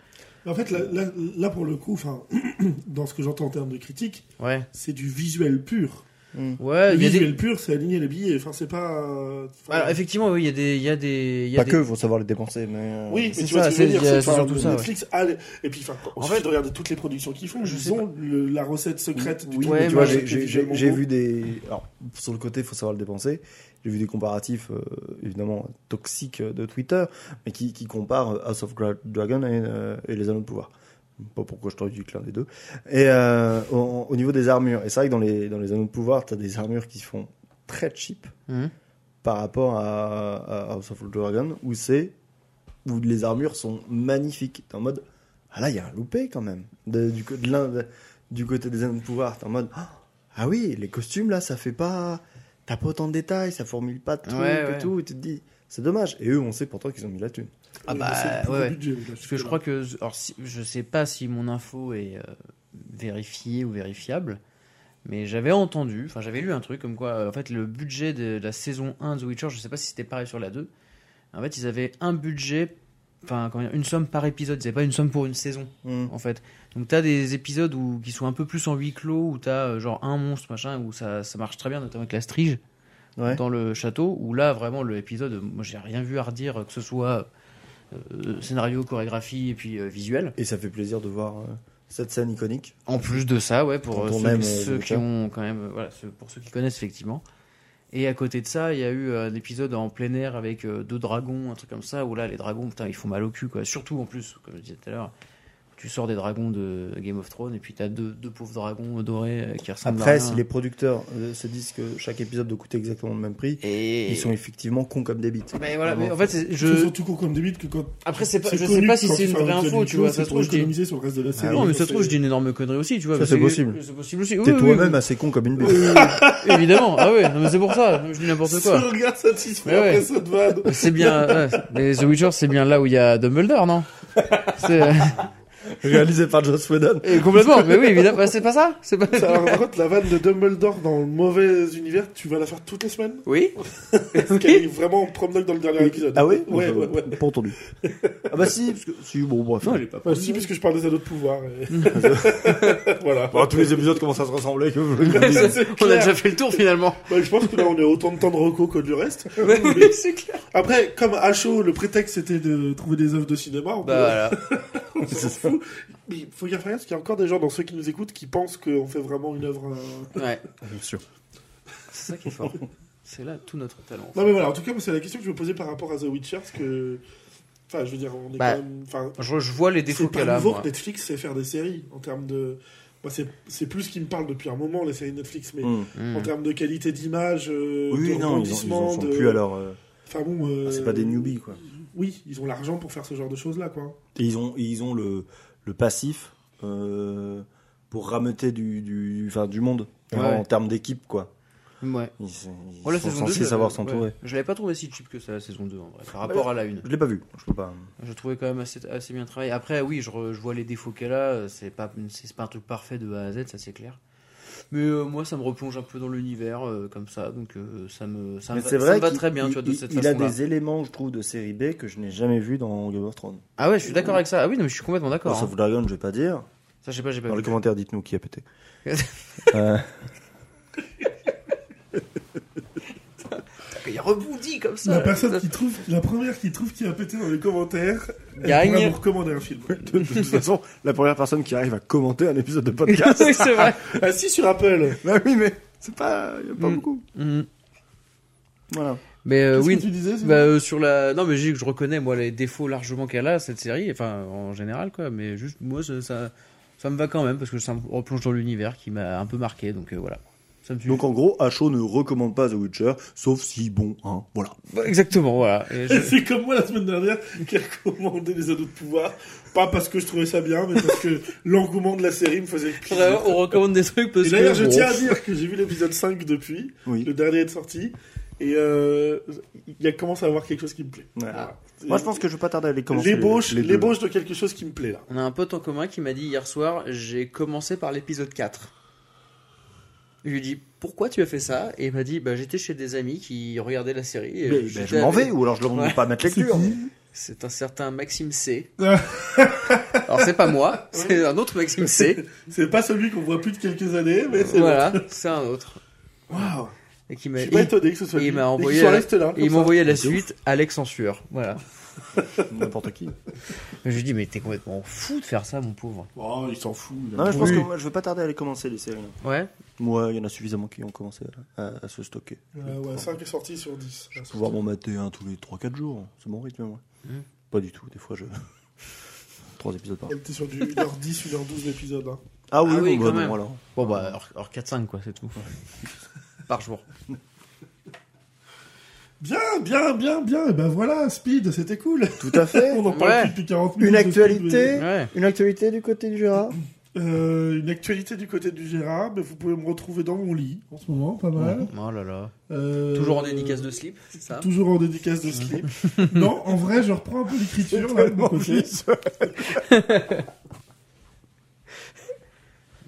En fait, là, là- là, pour le coup, enfin, dans ce que j'entends en termes de critique,
Ouais,
c'est du visuel pur.
ouais.
le
Euh, Il y a
visuel
des.
pur, c'est aligner les billets. Enfin, c'est pas. euh, enfin,
Alors, effectivement, oui, il y a des, il y a des, il y a
Pas
des-
que, faut savoir les dépenser. Mais euh,
Oui,
C'est
mais tu vois
ça,
ce que je veux
c'est-
dire,
il y a-
c'est
c'est
enfin,
surtout ça, ouais.
Netflix a les- et puis enfin, en
fait-
fait, de regarder toutes les productions qu'ils font,
Je
ils
sais
ont le- la recette secrète du
Oui,
truc.
Ouais,
mais tu
moi,
vois,
je-
j'ai- j'ai j'ai- j'ai
beau.
vu des. Alors, sur le côté, faut savoir le dépenser. J'ai vu des comparatifs, euh, évidemment, toxiques euh, de Twitter, mais qui, qui comparent euh, House of Gra- Dragon et, euh, et Les Anneaux de Pouvoir. Pas pourquoi je t'aurais dit que l'un des deux. Et euh, au, au niveau des armures, et c'est vrai que dans les, dans les Anneaux de Pouvoir, t'as des armures qui font très cheap
Mhm.
par rapport à, à House of Dragon, où c'est. où les armures sont magnifiques. T'es en mode. Ah là, il y a un loupé quand même. De- du, co- de l'un- de- du côté des anneaux de pouvoir, t'es en mode. Ah, Ah oui, les costumes là, ça fait pas. T'as pas autant de détails, ça formule pas de trucs
Ouais,
et
ouais.
tout. Et tu te dis, c'est dommage. Et eux, on sait pourtant qu'ils ont mis la thune.
Ah
Mais
bah,
c'est le plus
ouais,
gros
ouais.
budget, là,
Parce que je crois que. Alors, si- je sais pas si mon info est euh, vérifiée ou vérifiable, mais j'avais entendu, enfin, j'avais lu un truc comme quoi, euh, en fait, le budget de la saison 1 de The Witcher, je sais pas si c'était pareil sur la 2, en fait, ils avaient un budget, enfin, comment dire, une somme par épisode, c'est pas une somme pour une saison, en fait. Donc, t'as des épisodes où, qui sont un peu plus en huis clos, où t'as euh, genre un monstre, machin, où ça, ça marche très bien, notamment avec la strige
Ouais.
dans le château où là vraiment le épisode moi j'ai rien vu à redire que ce soit euh, scénario chorégraphie et puis euh, visuel
Et ça fait plaisir de voir euh, cette scène iconique.
en plus de ça ouais pour
Quand
euh,
on
ceux,
aime,
ceux
euh,
qui
Witcher.
ont quand même euh, voilà ceux- pour ceux qui connaissent effectivement Et à côté de ça, il y a eu euh, un épisode en plein air avec euh, deux dragons, un truc comme ça, où là, les dragons, putain, ils font mal au cul, quoi. Surtout en plus, comme je disais tout à l'heure, tu sors des dragons de Game of Thrones et puis t'as deux, deux pauvres dragons dorés euh, qui ressemblent à
Après,
rien.
si les producteurs euh, se disent que chaque épisode doit coûter exactement le même prix,
Et...
ils sont effectivement cons comme des bites.
Mais voilà,
Vraiment.
mais en fait, c'est-
Je...
je...
sont tout court comme des mythes que quand.
Après, c'est pas...
c'est
je sais
connu
pas
que
si
quand
c'est
tu
une
fais un
vraie
épisode
info,
d'une
tu vois.
chose,
Ça se
C'est pour
trouve, je dis- Ah
économiser sur le reste de la série.
non, mais
Donc,
ça se trouve, je dis une énorme connerie aussi, tu vois.
Ça,
parce
c'est
que-
possible.
C'est possible aussi. Oui,
T'es
oui,
toi-même
oui,
assez con comme une bite.
Évidemment. Ah ouais, non, mais c'est pour ça. Je dis n'importe
Ce
quoi.
regard satisfait
Mais ouais.
après cette vanne.
C'est bien. ouais. Mais The Witcher, c'est bien là où il y a Dumbledore, non C'est euh,
Réalisé par Joss Whedon.
Et complètement. Mais oui, évidemment. Bah, C'est pas ça. C'est pas.
Ça, Alors, par contre, la vanne de Dumbledore dans le mauvais univers, tu vas la faire toutes les semaines
Oui.
Parce qu'elle est vraiment promenade dans le dernier épisode.
Ah ouais
Ouais, ouais, ouais.
Pas entendu. ah bah si, parce que... Si, bon, bref.
Non, il est pas.
Bah, si, parce que je parlais à d'autres pouvoirs. et- voilà.
Bon, tous les épisodes commencent à se ressembler. que je vous le dis.
C'est
On a
clair.
déjà fait le tour finalement.
Bah, je pense que là, on est autant de temps de recours que du reste.
oui, c'est clair.
Après, comme à chaud, le prétexte c'était de trouver des œuvres de cinéma, on peut-
Bah voilà.
on s'en fout. Mais il faut y faire parce qu'il y a encore des gens dans ceux qui nous écoutent qui pensent qu'on fait vraiment une œuvre. euh,
Ouais.
Bien sûr.
C'est ça qui est fort. C'est là tout notre talent.
Non mais voilà, en tout cas, moi, c'est la question que je me posais par rapport à The Witcher, parce que, enfin, je veux dire, on est
Bah,
quand même, enfin,
Je, je vois les défauts
c'est pas
qu'elle a.
nouveau
moi.
que Netflix sait faire des séries en termes de, moi, c'est, c'est plus ce qui me parle depuis un moment les séries Netflix, mais
Mm.
en
Hmm.
termes de qualité d'image, euh,
Oui, non, ils,
de
en- ils en
rebondissement,
sont
de,
plus alors. euh,
enfin bon, euh,
C'est pas des newbies, quoi.
Oui, ils ont l'argent pour faire ce genre de choses là, quoi.
Et ils ont, ils ont le, le passif euh, pour rameuter du, du, enfin, du monde
Ouais.
en termes d'équipe, quoi.
Ouais.
Ils, ils
Voilà,
sont
Oh, saison 2,
censés
je-
savoir
ouais.
s'entourer. Bah,
Je l'avais pas trouvé si cheap que ça, la saison 2, en vrai, par rapport à la 1.
Je l'ai pas vu, je peux pas.
Je trouvais quand même assez, assez bien travaillé. Après, oui, je, re- je vois les défauts qu'elle a. euh, C'est pas, c'est pas un truc parfait de A à Z, ça c'est clair. Mais euh, moi, ça me replonge un peu dans l'univers euh, comme ça, donc euh, ça me, ça me,
Mais
va-
c'est
ça
vrai
me va
qu'il-
très bien,
il,
tu vois, de
il-
cette
il a
façon-là.
des éléments, je trouve, de série B que je n'ai jamais vu dans Game of Thrones.
Ah ouais, je suis d'accord avec ça. Ah oui, non, mais je suis complètement d'accord.
Sauf
hein.
Dragon, je vais pas dire.
Ça, je sais pas, j'ai pas
Dans les
vu.
commentaires, dites-nous qui a pété. Euh,
Il rebondit comme ça.
La personne qui trouve, la première qui trouve qui a pété dans les commentaires, elle
Gagne.
pourra nous recommander un film.
de toute façon, la première personne qui arrive à commenter un épisode de podcast.
oui, c'est vrai.
ah si sur Apple.
bah oui, mais c'est pas, y a pas
Mm.
beaucoup.
Mm.
Voilà.
Mais euh,
Qu'est-ce
oui,
que tu disais. Sylvain
Bah, euh, sur la non mais je dis que je reconnais moi les défauts largement qu'elle a cette série enfin en général quoi mais juste moi ça ça, ça me va quand même parce que ça me replonge dans l'univers qui m'a un peu marqué donc euh, voilà ça me suffit.
Donc en gros, H.O. ne recommande pas The Witcher, sauf si bon, hein, voilà.
Bah,
exactement voilà Et je-
C'est comme moi la semaine dernière qui a commandé les anneaux de pouvoir. Pas parce que je trouvais ça bien, mais parce que l'engouement de la série me faisait plaisir.
Vraiment, on recommande des trucs parce
Et d'ailleurs, je
que bon,
tiens à dire que j'ai vu l'épisode 5 depuis.
Oui.
Le dernier est sorti. Et euh, il y a commence à avoir quelque chose qui me plaît.
Ouais.
Ah.
Voilà.
Moi, je pense que je vais pas tarder à les commencer.
L'ébauche
les- les deux.
l'ébauche de quelque chose qui me plaît là.
on a un pote en commun qui m'a dit hier soir j'ai commencé par l'épisode 4 je lui ai dit pourquoi tu as fait ça et il m'a dit bah j'étais chez des amis qui regardaient la série et
Mais-
j'étais
ben, je m'en
avec-
vais, ou alors je leur demande
Ouais.
pas mettre lecture.
C'est un certain Maxime C. Alors c'est pas moi, c'est un autre Maxime C.
C'est pas celui qu'on voit plus de quelques années, mais c'est
Voilà, c'est un autre.
bon. Waouh.
Et qui
Je
m'a
suis
il,
pas étonné que ce soit
il
lui.
m'a
Et qu'il
envoyé
soit
la-
resté là.
il
comme
m'a
ça.
envoyé la
C'est ouf.
suite, Alex en sueur. Voilà.
N'importe qui.
Je lui dis mais t'es complètement fou de faire ça mon pauvre.
Oh, il s'en fout. il a
Non, mais je pense
Oui.
que moi, je vais pas tarder à les commencer, les séries. hein.
Ouais.
Moi, il y en a suffisamment qui ont commencé à, à- à se stocker.
Euh, ouais, 5 est sorti sur 10.
Je vais pouvoir m'en mater un tous les 3-4 jours. hein. C'est mon rythme, moi.
Mm.
Pas du tout, des fois, je. 3 épisodes par
On
jour.
était sur du 1h10, 1h12 d'épisode. Hein.
Ah oui,
Ah oui,
bon,
quand
bah, non,
même.
alors.
Bon bah hors, hors 4-5 quoi, c'est tout. Par jour.
Bien, bien, bien, bien. Et ben voilà, Speed, c'était cool.
Tout à fait.
On en parle
Ouais.
plus depuis 40 minutes.
Une
de Speed,
actualité.
Ouais.
Une actualité du côté du Jura.
mais- Euh, une actualité du côté du Gérard. Mais vous pouvez me retrouver dans mon lit en ce moment, pas mal.
Oh là là.
Euh,
Toujours en dédicace de slip, c'est ça
Toujours en dédicace de slip. non, en vrai, je reprends un peu l'écriture là de mon côté.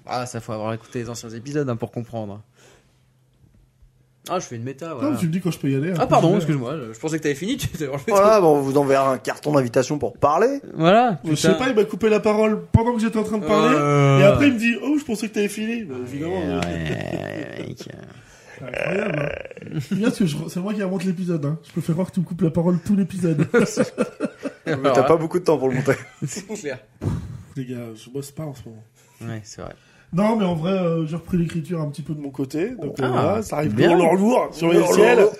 Ah ça faut avoir écouté les anciens épisodes hein, pour comprendre. Ah je fais une méta
Non,
voilà.
tu me dis quand je peux y aller. hein.
Ah pardon, excuse-moi, je- je pensais que t'avais fini, tu t'es
Oh
Voilà, bon, on vous enverra un carton d'invitation pour parler.
Voilà.
Je sais
putain.
pas, il m'a coupé la parole pendant que j'étais en train de parler.
Euh.
Et après, il me dit Oh, je pensais que t'avais fini. Bah, évidemment.
Ouais,
euh,
ouais, mec.
C'est incroyable. hein. C'est bien parce que je- c'est moi qui remonte l'épisode. hein. Je peux faire voir que tu me coupes la parole tout l'épisode.
Bah
Mais t'as pas beaucoup de temps pour le monter.
C'est clair.
Les gars, je bosse pas en ce moment.
Ouais, c'est vrai.
Non, mais en vrai, euh, j'ai repris l'écriture un petit peu de mon côté. Donc euh,
Ah,
voilà, ça arrive
bien.
lourd, lourd, lourd sur les
Lourd,
ciels.
lourd,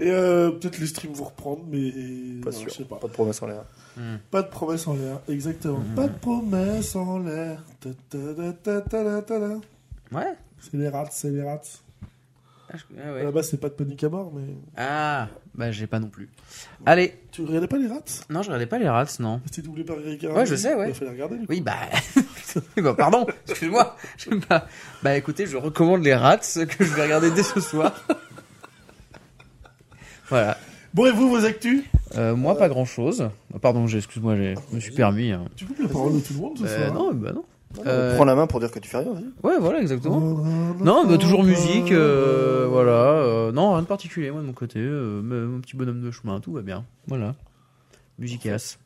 Et euh, peut-être les streams vont reprendre, mais euh,
Pas
non,
sûr.
je sais pas.
Pas de promesse en l'air.
Pas de promesse en l'air, exactement. Pas de promesse en l'air. Ta ta ta ta ta ta ta ta.
Ouais.
C'est les rats, c'est les rats.
Ah, je- ah ouais.
Là-bas, c'est pas de panique à bord, mais
Ah, bah j'ai pas non plus. Allez,
tu regardais pas les rats
non, je regardais pas les rats, non.
C'était doublé par Eric Carrère.
Ouais, je sais, ouais.
Il a fallu regarder. du coup.
Oui, bah. bah, pardon, excuse-moi. Je sais pas. Bah écoutez, je recommande les rats que je vais regarder dès ce soir. voilà.
Bon, et vous, vos actus
Euh, moi, pas grand-chose. Ah, Pardon, j'ai- excuse-moi, j'ai- je me suis permis. hein.
Tu coupes la parole de tout le monde ce
Euh,
soir
non, bah non.
On
Euh,
Prends la main pour dire que tu fais rien, vas-y.
ouais, voilà, exactement. Non, bah, toujours musique, euh, voilà. euh, non, rien de particulier, moi de mon côté. euh, mais mon petit bonhomme de chemin, tout va bien. Voilà. Musicasse.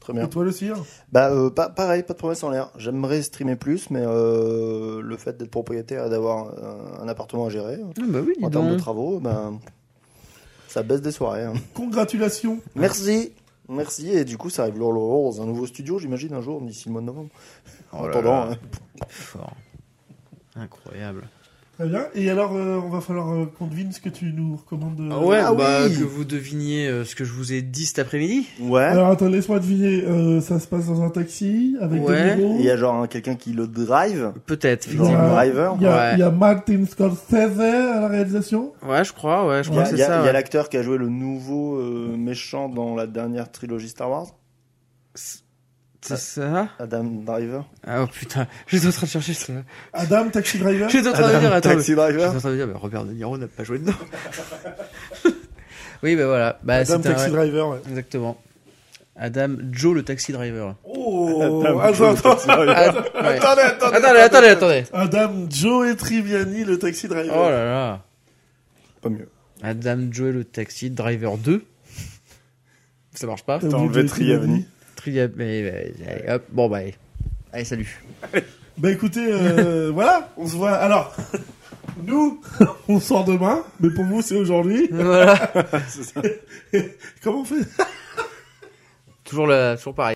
Très
Et
bien.
toi, le cire
Bah, euh, pas, pareil, pas de promesse en l'air. J'aimerais streamer plus, mais euh, le fait d'être propriétaire et d'avoir euh, un appartement à gérer,
Ah, bah oui, dis
en termes de
donc.
travaux, ben, ça baisse des soirées. hein.
Congratulations
Merci Merci, et du coup, ça arrive lourd, lourd, lourd, dans un nouveau studio, j'imagine, un jour, d'ici le mois de novembre. en
là
attendant,
là.
hein.
Fort. Incroyable.
Très bien. Et alors, euh, on va falloir euh, qu'on devine ce que tu nous recommandes. euh,
ouais,
ah
bah,
oui.
que vous deviniez euh, ce que je vous ai dit cet après-midi.
ouais.
Alors, attends, laisse-moi deviner. euh, ça se passe dans un taxi avec
Ouais.
des
Il y
numéros.
a genre hein, quelqu'un qui le drive,
Peut-être,
genre
effectivement.
un driver.
Il y, a,
Ouais.
il y a Martin Scorsese à la réalisation.
Ouais, je crois, ouais, je
Il y
crois
a,
que c'est
il y a-
ça.
il y a
ouais.
l'acteur qui a joué le nouveau euh, méchant dans la dernière trilogie Star Wars,
C'est ça
Adam Driver.
Ah, oh putain, j'étais en train de chercher ça.
Adam, Taxi Driver.
J'étais en train de dire, attends. Ah, mais-
Taxi Driver.
J'étais en train de dire, mais Robert De Niro n'a pas joué dedans. oui, bah voilà. Bah,
Adam,
c'était un-
Taxi Driver, ouais.
Exactement. Adam Joe le taxi driver.
Oh,
Adam,
attends,
Joe, le
attends.
Taxi Driver.
Ad- ouais. attendez, attendez, attendez,
Adam Joe et Triviani, le Taxi Driver.
Oh là là.
Pas mieux.
Adam Joe le taxi driver 2. Ça marche pas.
T'as
T'as
oublié
enlevé
de-
Triavni.
Tri- mais- mais- allez, hop, bon bah allez. Allez, salut.
Bah écoutez, euh, voilà, on se voit. Alors, nous, on sort demain, mais pour vous, c'est aujourd'hui.
Voilà.
Comment on fait
toujours, la, toujours pareil.